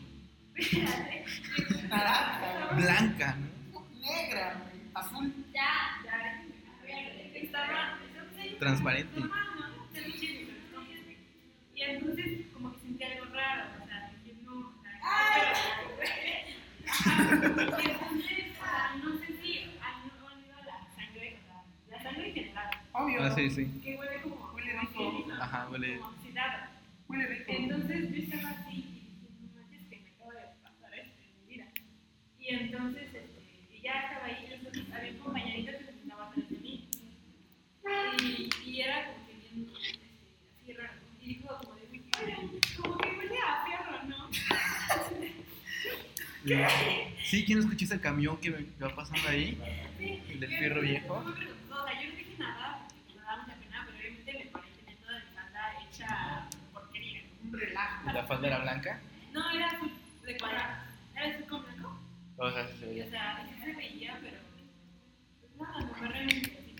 D: naranja,
A: blanca, ¿no?
D: negra, güey, azul.
B: Ya, ya, estaba, estaba-
A: Transparente.
B: normal, ¿no? Está muy chido, pero no. Y entonces como que sentí algo raro, o sea, dije, no, o sea, pero- Y entonces, o sea, no sé si han olido la sangre, o sea, la sangre en general,
D: Obvio.
A: Ah, sí, sí.
B: que huele como
D: Huele rico.
B: como
A: Ajá, huele.
B: oxidado.
D: Huele rico.
B: Entonces yo estaba así y dije, no manches que me acabo de pasar esto en mi vida. Y entonces este, y ya estaba ahí, yo solo- había un compañerito que se sentaba atrás de mí. Y, y era como que bien este, así raro. Y dijo como de, "Uy, ay, como que huele a perro, ¿no?
A: Sí, ¿quién escuchó ese camión que me- que va pasando ahí?
B: Sí.
A: ¿El del
B: Yo-
A: fierro viejo?
B: muy vergonzosa. yo no dije nada, porque me daba mucha pena, pero obviamente me pareció tener toda mi falda hecha porquería.
D: Un relajo.
A: ¿La falda era blanca?
B: No, era azul de cuadrado. Era azul con blanco.
A: O sea, sí se
B: Y,
A: veía.
B: O sea, sí se veía, pero. pues, Nada, no fue realmente así.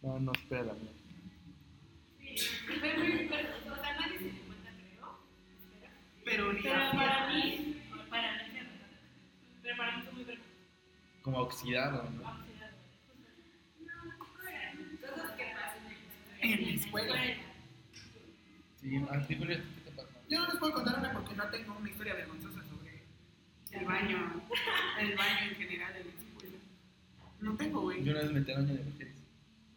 A: No, no, espera la mía.
B: Sí, fue muy vergonzoso. O sea, nadie se dio cuenta, creo. espero.
D: Pero olía
B: Pero
D: feo.
B: para mí, para mí, me pasó. pero para mí fue muy vergonzoso.
A: Como oxidado, ¿no?
B: Vamos a ir a- Cosas que pasan
D: En la escuela.
A: Sí, a ti, Julio, ¿qué te pasó?
D: Yo no les puedo contar una porque no tengo una historia vergonzosa sobre el baño, el baño en general en la escuela. No tengo, güey.
A: Yo una vez me metí al baño de mujeres,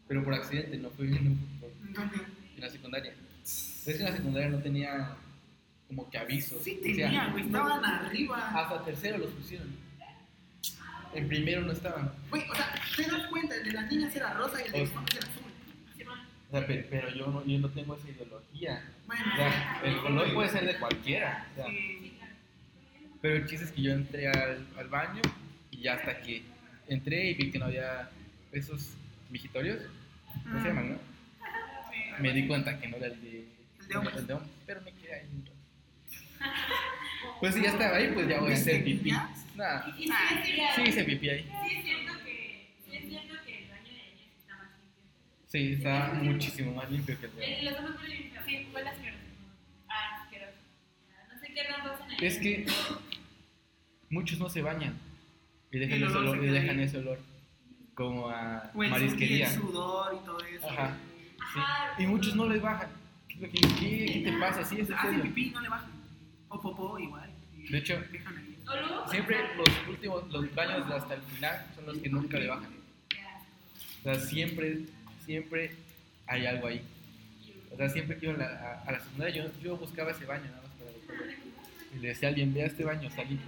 A: pero por accidente, no fue no fue por-
D: Entonces,
A: en la secundaria. Es que en la secundaria no tenía como que avisos.
D: Sí
A: O sea,
D: tenía, güey. Estaban arriba.
A: Hasta tercero los pusieron. En primero no estaban.
D: Güey, o sea, te das cuenta, el de las niñas era rosa y el de
A: Pues-
D: los hombres era azul.
A: O sea, pe- pero, yo, no, yo no tengo esa ideología.
D: Bueno,
A: O sea, el color puede ser de cualquiera. o sea.
D: Sí.
A: Pero el chiste es que yo entré al, al baño y ya hasta que entré y vi que no había esos vigitorios, ¿cómo
D: Mm.
A: se llaman, no? Me di cuenta que no era el de,
D: El de hombres.
A: el hombres, pero me quedé ahí. un rato. Pues si ya estaba ahí, pues ya voy a hacer pipí. Nah,
B: Y sí, es
A: sí,
B: cierto-
A: hice pipí ahí.
B: sí es cierto que sí es cierto que el baño de niñas está más limpio.
A: Sí, estaba muchísimo más limpio que el de hombres.
B: Eh, Los demás huelen bien feo. Sí, huele asqueroso. Ah, asqueroso. No sé qué tanto hacen ahí.
A: Es que muchos no se bañan y dejan,
D: El
A: ese,
D: olor
A: olor,
D: se
A: y
D: queda
A: dejan
D: ahí.
A: ese olor como a
D: O el sud- y
A: marisquería.
D: el sudor y todo eso.
A: Ajá. Sí.
B: Ajá.
A: Y muchos no les bajan. ¿Qué, es lo que- qué- qué te pasa? Sí, es en
D: Hacen
A: serio.
D: pipí y no le bajan. O popó igual.
A: De hecho,
D: Dejan ahí.
B: O luego,
A: siempre los últimos, los baños de hasta el final son los que nunca le bajan. O sea, siempre, siempre hay algo ahí. O sea, siempre que iba a la, a, a la secundaria, yo, yo buscaba ese baño nada más para buscarlo. Y le decía a alguien, vea este baño, está limpio.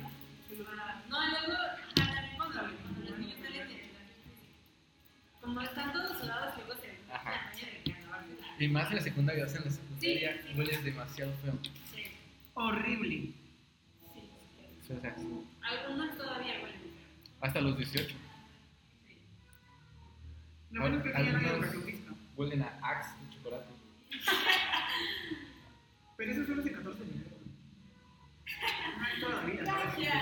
B: No, y luego, ah, también cuando, cuando los niños salen de la como están todos sudados, luego se ven
A: Ajá.
B: la maña de que acabarse la
A: Y más en la secundaria, o sea, en la secundaria
B: Sí, sí.
A: hueles demasiado feo.
B: sí,
D: Horrible.
B: sí.
A: O sea,
B: Algunos todavía huelen feo.
A: hasta los 18
D: Lo bueno es que ya no hay
A: Algunos-
D: Jesucristo.
A: huelen a Axe de chocolate.
D: Pero eso solo es el 14 de enero. No hay todavía. ¿no?
B: Gracias.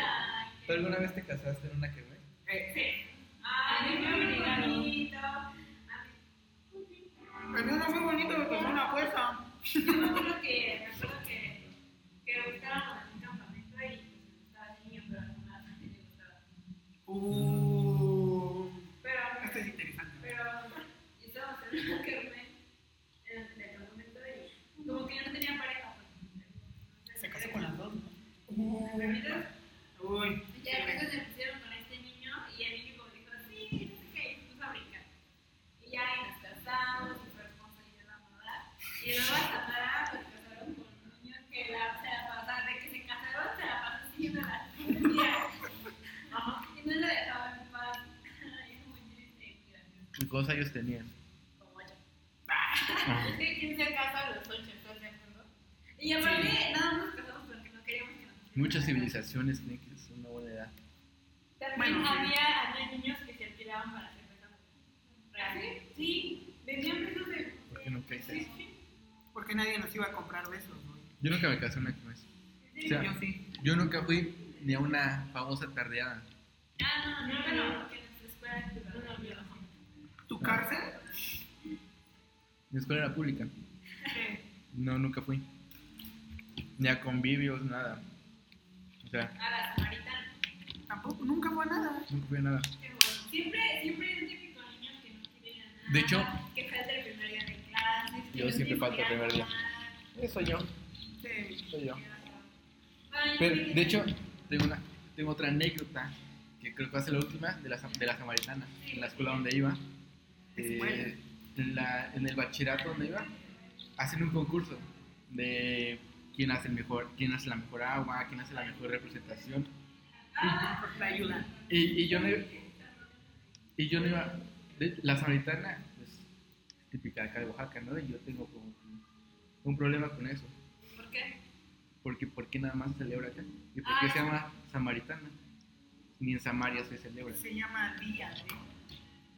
A: ¿Tú alguna vez te casaste en una que güey?
D: Eh,
B: Ay, qué bonito.
D: el mío no fue bonito, me pasó una fuerza.
B: Yo me acuerdo que, me acuerdo que, que estábamos en un campamento y pues, estaba niño, pero a mi mamá le gustaba.
D: Uh,
B: Pero,
D: esto es interesante.
B: pero yo estaba haciendo un kermés en el departamento y como que yo no tenía pareja. pues,
D: Se casó con las dos. Uh, uy.
B: Y ya entonces se pusieron con este niño y el niño como dijo, sí, que no sé qué, y se puso a brincar. Y ya y nos casamos y fue hermoso y de la moda. Y luego hasta Clara pues casaron con un niño que la, se la pasaba, de que se casaron, se la pasó siguiendo las tendencias. Ajá. Y no la dejaba en paz. Ay, es muy triste y
A: ¿Cuántos
B: gracioso.
A: Pues, años tenías?
B: Como yo. Es que quién se casa a los ocho, ¿estás de acuerdo? Y aparte, nada más nos casamos porque no queríamos que nos
A: Muchas civilizaciones creen que es una buena edad.
B: También
D: Bueno, sí.
B: había, había niños que se alquilaban para hacer besos.
D: ¿Ah,
B: ¿Sí? Sí, vendían besos de...
A: ¿Por qué no crees eso?
D: Porque nadie nos iba a comprar besos, güey.
A: Yo nunca me casé en una que güey. O
D: Yo
A: sea,
D: sí.
A: yo nunca fui ni a una famosa tardeada.
B: Ah, no, no, pero porque en nuestra escuela no lo vio.
A: Ah.
D: ¿Tu cárcel?
A: Mi escuela era pública. No, nunca fui. Ni a convivios, nada. entrar.
B: A la samaritana.
D: Tampoco, nunca fue a nada.
H: Nunca fui a nada.
B: Qué bueno. Siempre, siempre hay un típico niño que no quiere ir a nada.
A: De hecho-
B: que falta el primer día de clases. que
A: Yo
B: no
A: siempre
B: quiere
A: falto el primer día.
B: nada.
A: Soy yo,
D: Sí.
A: soy yo.
B: Bueno, yo
A: Pero,
B: creo que-
A: de hecho, tengo, una, tengo otra anécdota que creo que va a ser la última de la, de la samaritana, en la escuela donde iba. Eh, en, la- en el bachillerato donde iba, hacen un concurso de quién hace, el mejor, quién hace la mejor agua, quién hace la mejor representación.
D: Por la ayuda.
A: Y, y yo no iba. Y yo no iba de- la samaritana es típica acá de Oaxaca, ¿no? Y yo tengo como que un problema con eso.
B: ¿Por qué?
A: Porque ¿por qué nada más se celebra acá? ¿Y por qué
B: Ah.
A: se llama samaritana? Ni en Samaria se celebra.
D: Pues Se llama día, ¿eh?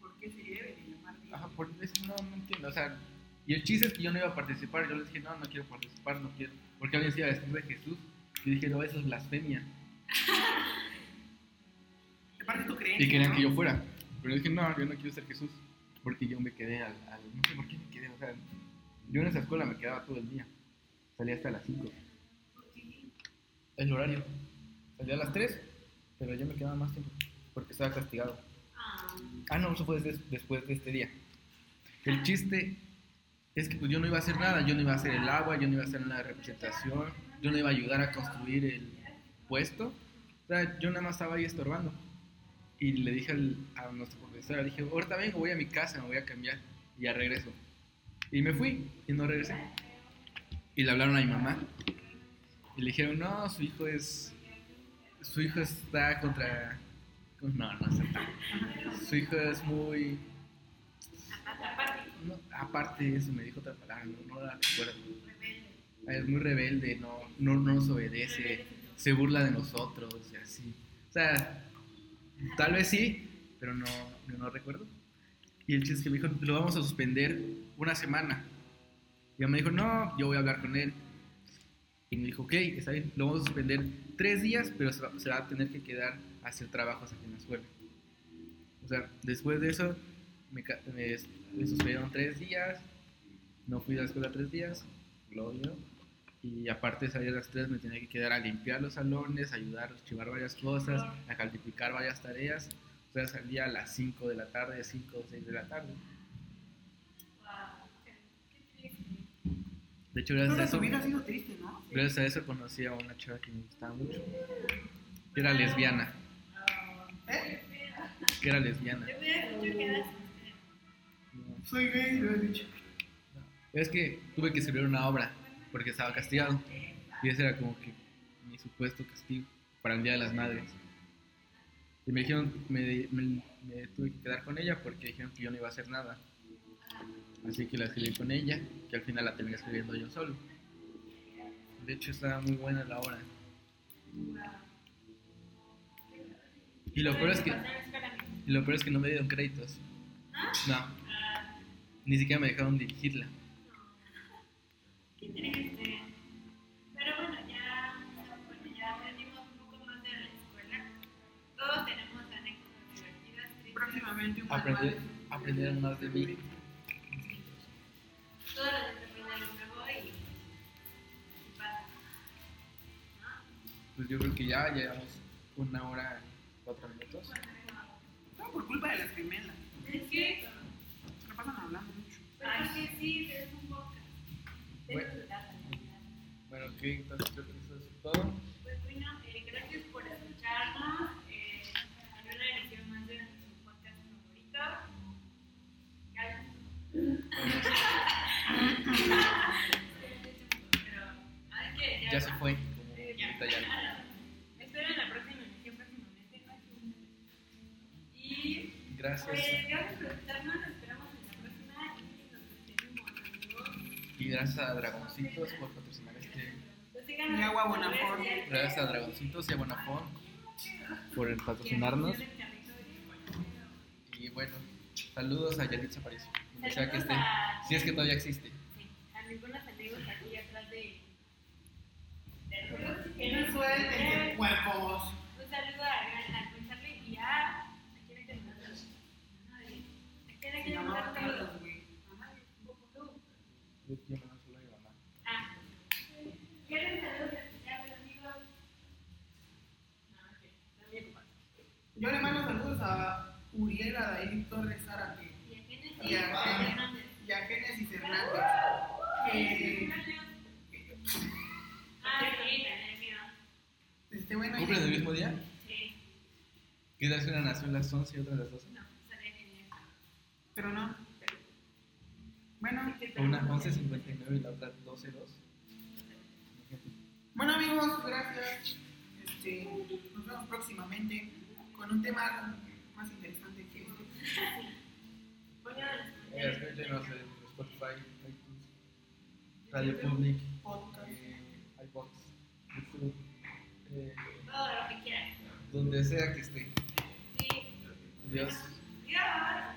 D: ¿Por qué se debe de llamar día?
A: Ajá, por eso no, no entiendo. O sea, y el chiste es que yo no iba a participar. Yo le dije, no, no quiero participar, no quiero. Porque alguien se iba a vestir de Jesús. Y dije, no, eso es blasfemia.
D: ¿Te parece tu creencia?
A: Y querían
D: ¿no?
A: que yo fuera. Pero yo dije, no, yo no quiero ser Jesús. Porque yo me quedé al, al- No sé por qué me quedé. O sea, yo en esa escuela me quedaba todo el día. Salía hasta las 5. El horario. Salía a las 3, pero yo me quedaba más tiempo. Porque estaba castigado.
B: Ah,
A: Ah, no, eso fue des- después de este día. El chiste es que pues, yo no iba a hacer nada, yo no iba a hacer el agua, yo no iba a hacer la representación, yo no iba a ayudar a construir el puesto. O sea, yo nada más estaba ahí estorbando. Y le dije al- a nuestra profesora, le dije, ahorita vengo, voy a mi casa, me voy a cambiar y ya regreso. Y me fui y no regresé. Y le hablaron a mi mamá. Y le dijeron, no, su hijo es... Su hijo está contra... No, no está su hijo es muy. No, aparte eso me dijo otra palabra, no, no la recuerdo. Es muy rebelde, no, no nos obedece, se burla de nosotros y así. O sea, tal vez sí, pero no, no, no recuerdo. Y el chiste es que me dijo, lo vamos a suspender una semana. Y ella me dijo, no, yo voy a hablar con él. Y me dijo, ok, está bien, lo vamos a suspender tres días, pero se va, se va a tener que quedar a hacer trabajos aquí en la escuela. O sea, después de eso, me, ca- me, des- me suspendieron tres días, no fui a la escuela tres días, lo odio. Y aparte de salir a las tres, me tenía que quedar a limpiar los salones, ayudar a archivar varias cosas, a calificar varias tareas. O sea, salía a las 5 de la tarde, 5 o 6 de la tarde.
B: wow. Qué triste.
A: De hecho, gracias a
D: Toda
A: eso,
D: tu vida ha sido triste, ¿no?
A: gracias a eso conocí a una chava que me gustaba mucho. Que era lesbiana,
D: ¿Eh?
A: que era lesbiana.
B: Yo hubiera dicho que eras
A: No,
D: Soy gay, lo he dicho.
A: Es que tuve que escribir una obra porque estaba castigado. Y ese era como que mi supuesto castigo para el Día de las Madres. Y me dijeron, me, me- me tuve que quedar con ella porque dijeron que yo no iba a hacer nada. Así que la escribí con ella, que al final la terminé escribiendo yo solo. De hecho, estaba muy buena la obra. Y lo peor es que, y lo peor es que no me dieron créditos. No. Ni siquiera me dejaron dirigirla.
B: Qué triste. Pero bueno, ya, bueno, ya aprendimos un poco más de la escuela. Todos tenemos anécdotas divertidas, tristes.
D: Próximamente un
A: Aprender,
D: manual.
A: aprendieron más de mí.
B: Todos los aprenden algo nuevo y, y pasa.
A: Pues yo creo que ya llevamos una hora, cuatro minutos.
D: No, por culpa de las gemelas.
B: Es que,
D: Se la pasan hablando mucho.
B: ay, que sí, es un podcast.
A: Bueno. Bueno, ok, entonces creo que eso es todo.
B: Pues bueno, eh, gracias por escucharnos. Eh, en una edición más de su podcast favorito. Gracias. Pero hay que
A: Ya se fue. como
B: Eh,
A: ahorita ya.
B: Esperen la próxima edición próximamente. Y
A: Gracias.
B: pues gracias por escucharnos. Nos esperamos en la próxima y nos despedimos amigos.
A: Y gracias a Dragoncitos por patrocinar este.
B: Pues síganos
D: Y agua
B: en nuestras
D: Bonafont.
B: redes sociales.
A: Gracias a Dragoncitos y a Bonafón por patrocinarnos. Y bueno, saludos a Yalitza Aparicio. donde sea que esté.
B: Saludos a-
A: Si es que todavía existe.
B: Sí, a algunos amigos aquí atrás de. de-
D: Que no suelten
B: Eh,
D: cuerpos.
B: Un saludo a Ariana, a Charlie y a. ¿A quién hay que mandar? ¿A quién hay que
D: No,
B: mandar saludos?
D: no, güey.
A: Yo quiero mandar solo a mi mamá.
B: Ah. ¿Quieren saludos a sus amigos?
D: Yo le mando saludos a Uriel Adair Torres Zárate y a Génesis- y a Génesis Hernández. que-
B: Ah,
D: este, bueno,
A: ¿Cumplen el
D: ya-
A: mismo día? ¿Qué tal si una nació a las 11 y otra a las 12?
D: pero no. Bueno,
A: O una 11.59 y la otra 12.02.
D: Bueno amigos, gracias. Este, nos vemos próximamente con un tema más interesante que este.
A: Eh, Escúchenos en Spotify, iTunes, Radio Public,
D: podcast.
A: eh, iBox, YouTube, eh,
B: Todo lo que quieran.
A: donde sea que esté.
B: Sí.
A: Adiós.
B: Dios.